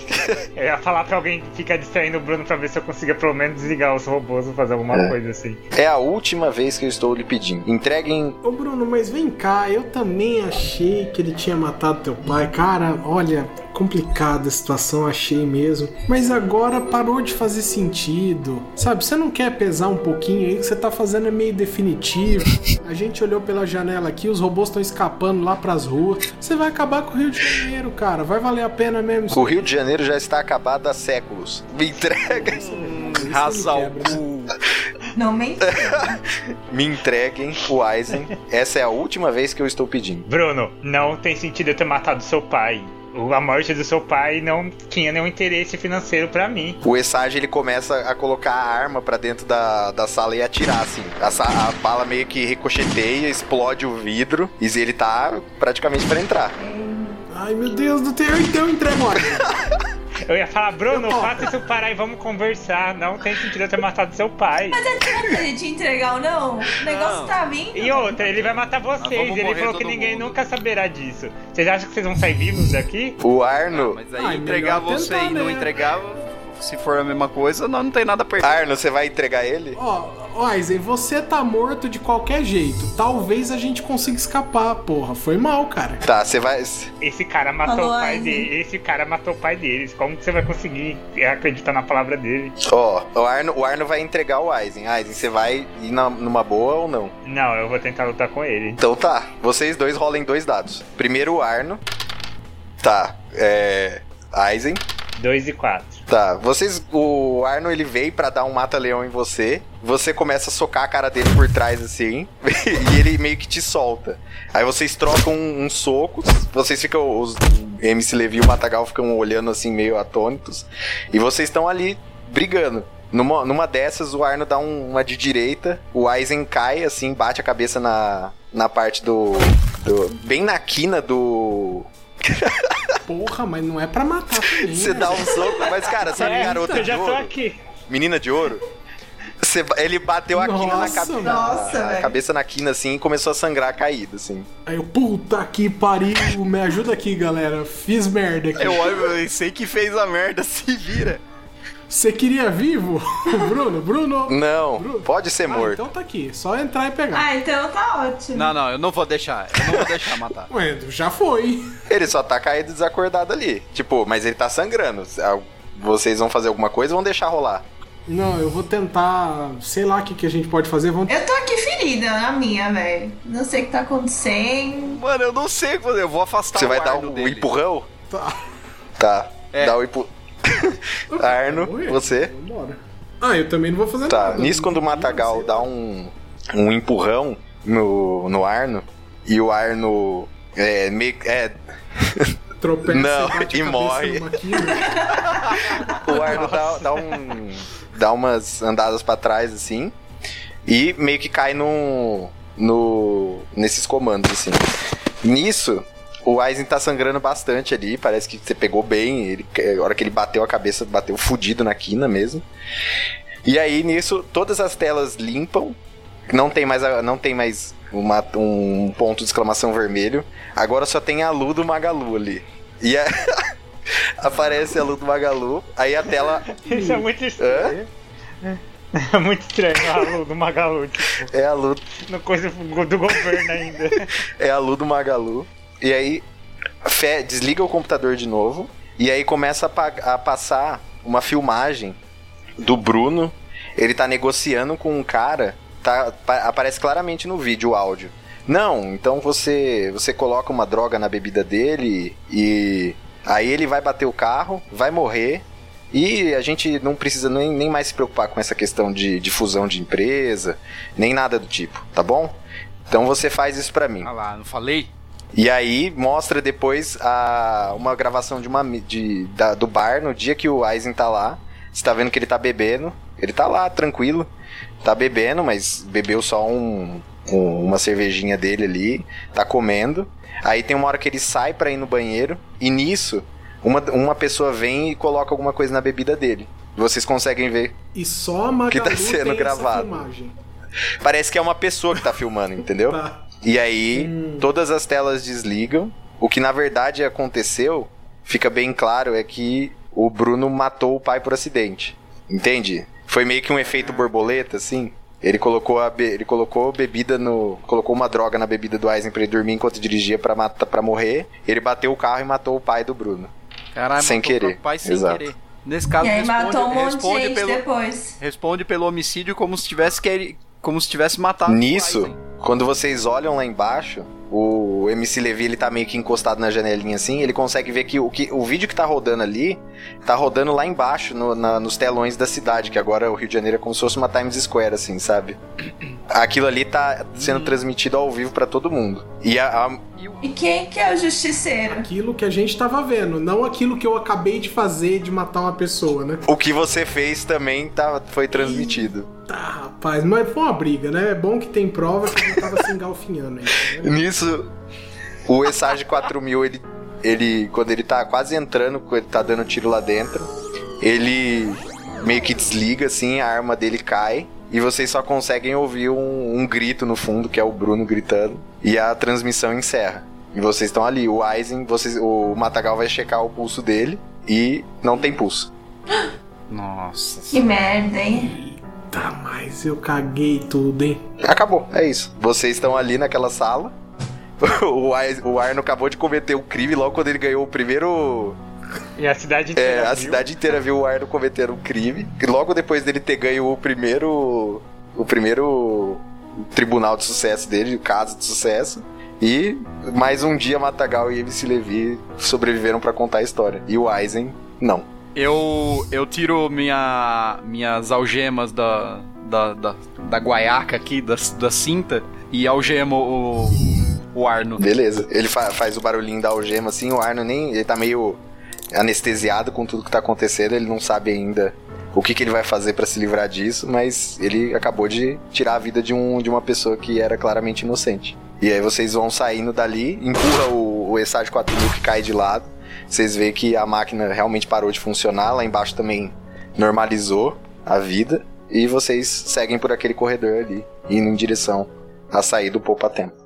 Speaker 3: Eu ia falar pra alguém ficar distraindo o Bruno pra ver se eu consigo pelo menos desligar os robôs ou fazer alguma coisa assim.
Speaker 1: É a última vez que eu estou lhe pedindo. Entreguem.
Speaker 4: Ô Bruno, mas vem cá, eu também achei que ele tinha matado teu pai. Cara, olha, complicada a situação, achei mesmo. Mas agora parou de fazer sentido. Sabe, você não quer pesar um pouquinho aí? O que você tá fazendo é meio definitivo. A gente olhou pela janela aqui, os robôs estão escapando lá pras ruas. Você vai acabar com o Rio de Janeiro, cara. Vai valer a pena mesmo.
Speaker 1: O Rio de Janeiro já está acabado há séculos. Me entreguem.
Speaker 2: *laughs*
Speaker 1: É.
Speaker 4: Isso me
Speaker 2: Rasa o
Speaker 4: quebra, né?
Speaker 2: cu.
Speaker 5: Não mentira.
Speaker 1: Me entreguem o Aizen. *laughs* Essa é a última vez que eu estou pedindo.
Speaker 3: Bruno, não tem sentido eu ter matado seu pai. O- A morte do seu pai não tinha nenhum interesse financeiro pra mim.
Speaker 1: O Essage ele começa a colocar a arma pra dentro da, da sala e atirar, assim. A, sa- a bala meio que ricocheteia, explode o vidro e ele tá praticamente pra entrar.
Speaker 4: Ai meu Deus do céu, então entrega o Aizen.
Speaker 3: Eu ia falar, Bruno, faça isso parar e vamos conversar. Não tem sentido eu ter matado seu pai.
Speaker 5: Ele te entregar ou não? O negócio tá vindo.
Speaker 3: E outra, ele vai matar
Speaker 2: Mas
Speaker 3: vocês.
Speaker 2: vamos
Speaker 3: Ele
Speaker 2: morrer
Speaker 3: falou que
Speaker 2: todo
Speaker 3: ninguém
Speaker 2: mundo.
Speaker 3: nunca saberá disso. Vocês acham que vocês vão sair vivos daqui?
Speaker 1: O Arno.
Speaker 2: Mas aí
Speaker 4: Ah, é
Speaker 2: entregar
Speaker 4: melhor
Speaker 2: você
Speaker 4: tentar,
Speaker 2: e não
Speaker 4: né?
Speaker 2: entregar, se for a mesma coisa, não, não tem nada a perder. *laughs*
Speaker 1: Arno, você vai entregar ele?
Speaker 4: Ó, ó, Aizen, você tá morto de qualquer jeito. Talvez a gente consiga escapar, porra. Foi mal, cara.
Speaker 1: Tá, você vai.
Speaker 3: Esse cara matou
Speaker 5: Falou,
Speaker 3: o pai
Speaker 5: Anne.
Speaker 3: dele. Esse cara matou o pai deles. Como que você vai conseguir acreditar na palavra dele?
Speaker 1: Ó, o Arno, o Arno vai entregar o Aizen. Aizen, você vai ir na- numa boa ou não?
Speaker 3: Não, eu vou tentar lutar com ele.
Speaker 1: Então tá, vocês dois rolem dois dados. Primeiro o Arno. Tá, é. Aizen.
Speaker 3: 2 e 4.
Speaker 1: Tá, vocês. O Arno ele veio pra dar um mata-leão em você. Você começa a socar a cara dele por trás assim. *laughs* e ele meio que te solta. Aí vocês trocam um, um soco. Vocês ficam. Os MC Levi e o Matagal ficam olhando assim meio atônitos. E vocês estão ali brigando. Numa, numa dessas, o Arno dá um- uma de direita. O Aizen cai assim, bate a cabeça na, na parte do. do- bem na quina do.
Speaker 4: Porra, mas não é pra matar também,
Speaker 1: Você
Speaker 4: né?
Speaker 1: dá um soco, mas cara, sabe, garota É, de
Speaker 3: Então, eu É, já tô
Speaker 1: ouro?
Speaker 3: aqui.
Speaker 1: Menina de ouro? Você- ele bateu a quina na
Speaker 4: Nossa,
Speaker 1: cabeça.
Speaker 5: nossa,
Speaker 1: a
Speaker 5: velho.
Speaker 1: cabeça na quina, assim, e começou a sangrar caído, assim.
Speaker 4: Aí eu, puta que pariu, me ajuda aqui, galera. Fiz merda aqui.
Speaker 2: Eu olho e sei que fez a merda, assim. se vira.
Speaker 4: Você queria vivo? *laughs* Bruno, Bruno.
Speaker 1: Não,
Speaker 4: Bruno?
Speaker 1: pode ser
Speaker 4: Ah,
Speaker 1: morto.
Speaker 4: então tá aqui, só entrar e pegar.
Speaker 5: Ah, então tá ótimo.
Speaker 2: Não, não, eu não vou deixar. Eu não vou deixar matar.
Speaker 4: Ué, já foi.
Speaker 1: Ele só tá caído desacordado ali. Tipo, mas ele tá sangrando. Ah, Vocês vão fazer alguma coisa ou vão deixar rolar?
Speaker 4: Não, eu vou tentar. Sei lá o que, que a gente pode fazer. Vamos...
Speaker 5: Eu tô aqui ferida na minha, velho. Não sei o que tá acontecendo.
Speaker 2: Mano, eu não sei o que fazer. Eu vou afastar
Speaker 1: Você
Speaker 2: Tá o
Speaker 1: vai dar
Speaker 2: Arno
Speaker 1: um
Speaker 2: dele.
Speaker 1: empurrão?
Speaker 4: Tá.
Speaker 1: Tá.
Speaker 2: É.
Speaker 1: Dá o empurrão. *laughs* Arno,
Speaker 4: Oi?
Speaker 1: você.
Speaker 4: Vambora. Ah, eu também não vou fazer
Speaker 1: Tá,
Speaker 4: nada.
Speaker 1: nisso quando o Matagal dá um, um empurrão no, no Arno, e o Arno é, meio, é,
Speaker 4: Tropeça
Speaker 1: Não,
Speaker 4: bate a
Speaker 1: e
Speaker 4: cabeça
Speaker 1: morre.
Speaker 4: numa quina.
Speaker 1: O Arno dá, dá um. dá umas andadas pra trás, assim. E meio que cai no. no. nesses comandos, assim. Nisso, o Aizen tá sangrando bastante ali. Parece que você pegou bem. Ele, a hora que ele bateu a cabeça, bateu fudido na quina mesmo. E aí, nisso, todas as telas limpam. Não tem mais, a- não tem mais uma- um ponto de exclamação vermelho. Agora só tem a Lu do Magalu ali. E a- *laughs* aparece a Lu do Magalu. Aí a tela
Speaker 3: Isso é muito estranho. *laughs* É muito estranho a Lu do Magalu. Tipo,
Speaker 1: é a Lu,
Speaker 3: no coisa do governo ainda.
Speaker 1: é a Lu do Magalu. E aí fe- desliga o computador de novo. E aí começa a, pa- a passar uma filmagem do Bruno. Ele tá negociando com um cara. Tá, pa- aparece claramente no vídeo o áudio. Não, então você você coloca uma droga na bebida dele e aí ele vai bater o carro, vai morrer e a gente não precisa nem, nem mais se preocupar com essa questão de, de fusão de empresa, nem nada do tipo, tá bom? Então você faz isso pra mim.
Speaker 2: Ah lá, não falei?
Speaker 1: E aí mostra depois a, uma gravação de uma mi- de, da- do bar no dia que o Aizen tá lá. Você tá vendo que ele tá bebendo. Ele tá lá, tranquilo. Tá bebendo, mas bebeu só um, um- uma cervejinha dele ali. Tá comendo. Aí tem uma hora que ele sai pra ir no banheiro. E nisso, uma, uma pessoa vem e coloca alguma coisa na bebida dele. Vocês conseguem ver.
Speaker 4: E só a Magalu
Speaker 1: Que tá sendo
Speaker 4: tem
Speaker 1: gravado.
Speaker 4: essa filmagem. *laughs*
Speaker 1: Parece que é uma pessoa que tá filmando, entendeu?
Speaker 4: Tá.
Speaker 1: E aí,
Speaker 4: Hum.
Speaker 1: todas as telas desligam O que na verdade aconteceu, fica bem claro, é que o Bruno matou o pai por acidente. Entende? Foi meio que um efeito borboleta, assim. Ele colocou a be- ele colocou bebida no colocou uma droga na bebida do Eisen pra ele dormir enquanto dirigia pra matar para morrer. Ele bateu o carro e matou o pai do Bruno.
Speaker 2: Caralho,
Speaker 1: Sem
Speaker 2: matou o
Speaker 1: querer.
Speaker 2: próprio pai sem
Speaker 1: Exato.
Speaker 2: querer. Nesse caso,
Speaker 5: E aí
Speaker 2: Tá, responde,
Speaker 5: matou um monte de
Speaker 2: responde
Speaker 5: gente
Speaker 2: pelo,
Speaker 5: depois.
Speaker 2: responde pelo homicídio como se tivesse queri- como se tivesse matado. o assim.
Speaker 1: Nisso,
Speaker 2: Eisen.
Speaker 1: quando vocês olham lá embaixo, o MC Levi ele tá meio que encostado na janelinha assim, ele consegue ver que o, que, o vídeo que tá rodando ali, tá rodando lá embaixo, no- na- nos telões da cidade, que agora o Rio de Janeiro é como se fosse uma Times Square, assim, sabe? *clears throat* Aquilo ali tá sendo transmitido ao vivo pra todo mundo. E a- a-
Speaker 2: E o-
Speaker 5: E quem que é o justiceiro?
Speaker 4: Aquilo que a gente tava vendo, não aquilo que eu acabei de fazer de matar uma pessoa, né?
Speaker 1: o que você fez também tá, foi transmitido.
Speaker 4: Tá, rapaz, mas foi uma briga, né? É bom que tem prova que eu tava se
Speaker 1: *laughs*
Speaker 4: engalfinhando aí. Né?
Speaker 1: Nisso, o Essage 4000, ele, ele, quando ele tá quase entrando, quando ele tá dando tiro lá dentro, ele meio que desliga, assim, a arma dele cai. E vocês só conseguem ouvir um, um grito no fundo, que é o Bruno gritando. E a transmissão encerra. E vocês estão ali. O Aizen, vocês, o Matagal vai checar o pulso dele e não tem pulso.
Speaker 2: Nossa.
Speaker 5: Que merda, hein?
Speaker 4: Tá, mas eu caguei tudo, hein?
Speaker 1: Acabou, é isso. Vocês estão ali naquela sala. *laughs* O, Aizen- o Arno acabou de cometer um crime logo quando ele ganhou o primeiro
Speaker 3: E a cidade
Speaker 1: É,
Speaker 3: inteira.
Speaker 1: a
Speaker 3: viu?
Speaker 1: cidade inteira viu o Arno cometer um crime. E logo depois dele ter ganho o primeiro. O primeiro tribunal de sucesso dele, o caso de sucesso. E mais um dia Matagal e MC Levi sobreviveram pra contar a história. E o Eisen, não.
Speaker 2: Eu, eu tiro minha, minhas algemas da, da, da, da guaiaca aqui, da, da cinta, e algemo o, o Arno.
Speaker 1: Beleza. Ele fa- faz o barulhinho da algema assim, o Arno nem. Ele tá meio anestesiado com tudo que tá acontecendo, ele não sabe ainda o que, que ele vai fazer pra se livrar disso, mas ele acabou de tirar a vida de, um, de uma pessoa que era claramente inocente. E aí vocês vão saindo dali, empurra o, o Essage 4000 que cai de lado, vocês veem que a máquina realmente parou de funcionar, lá embaixo também normalizou a vida, e vocês seguem por aquele corredor ali, indo em direção à saída do Poupa Tempo.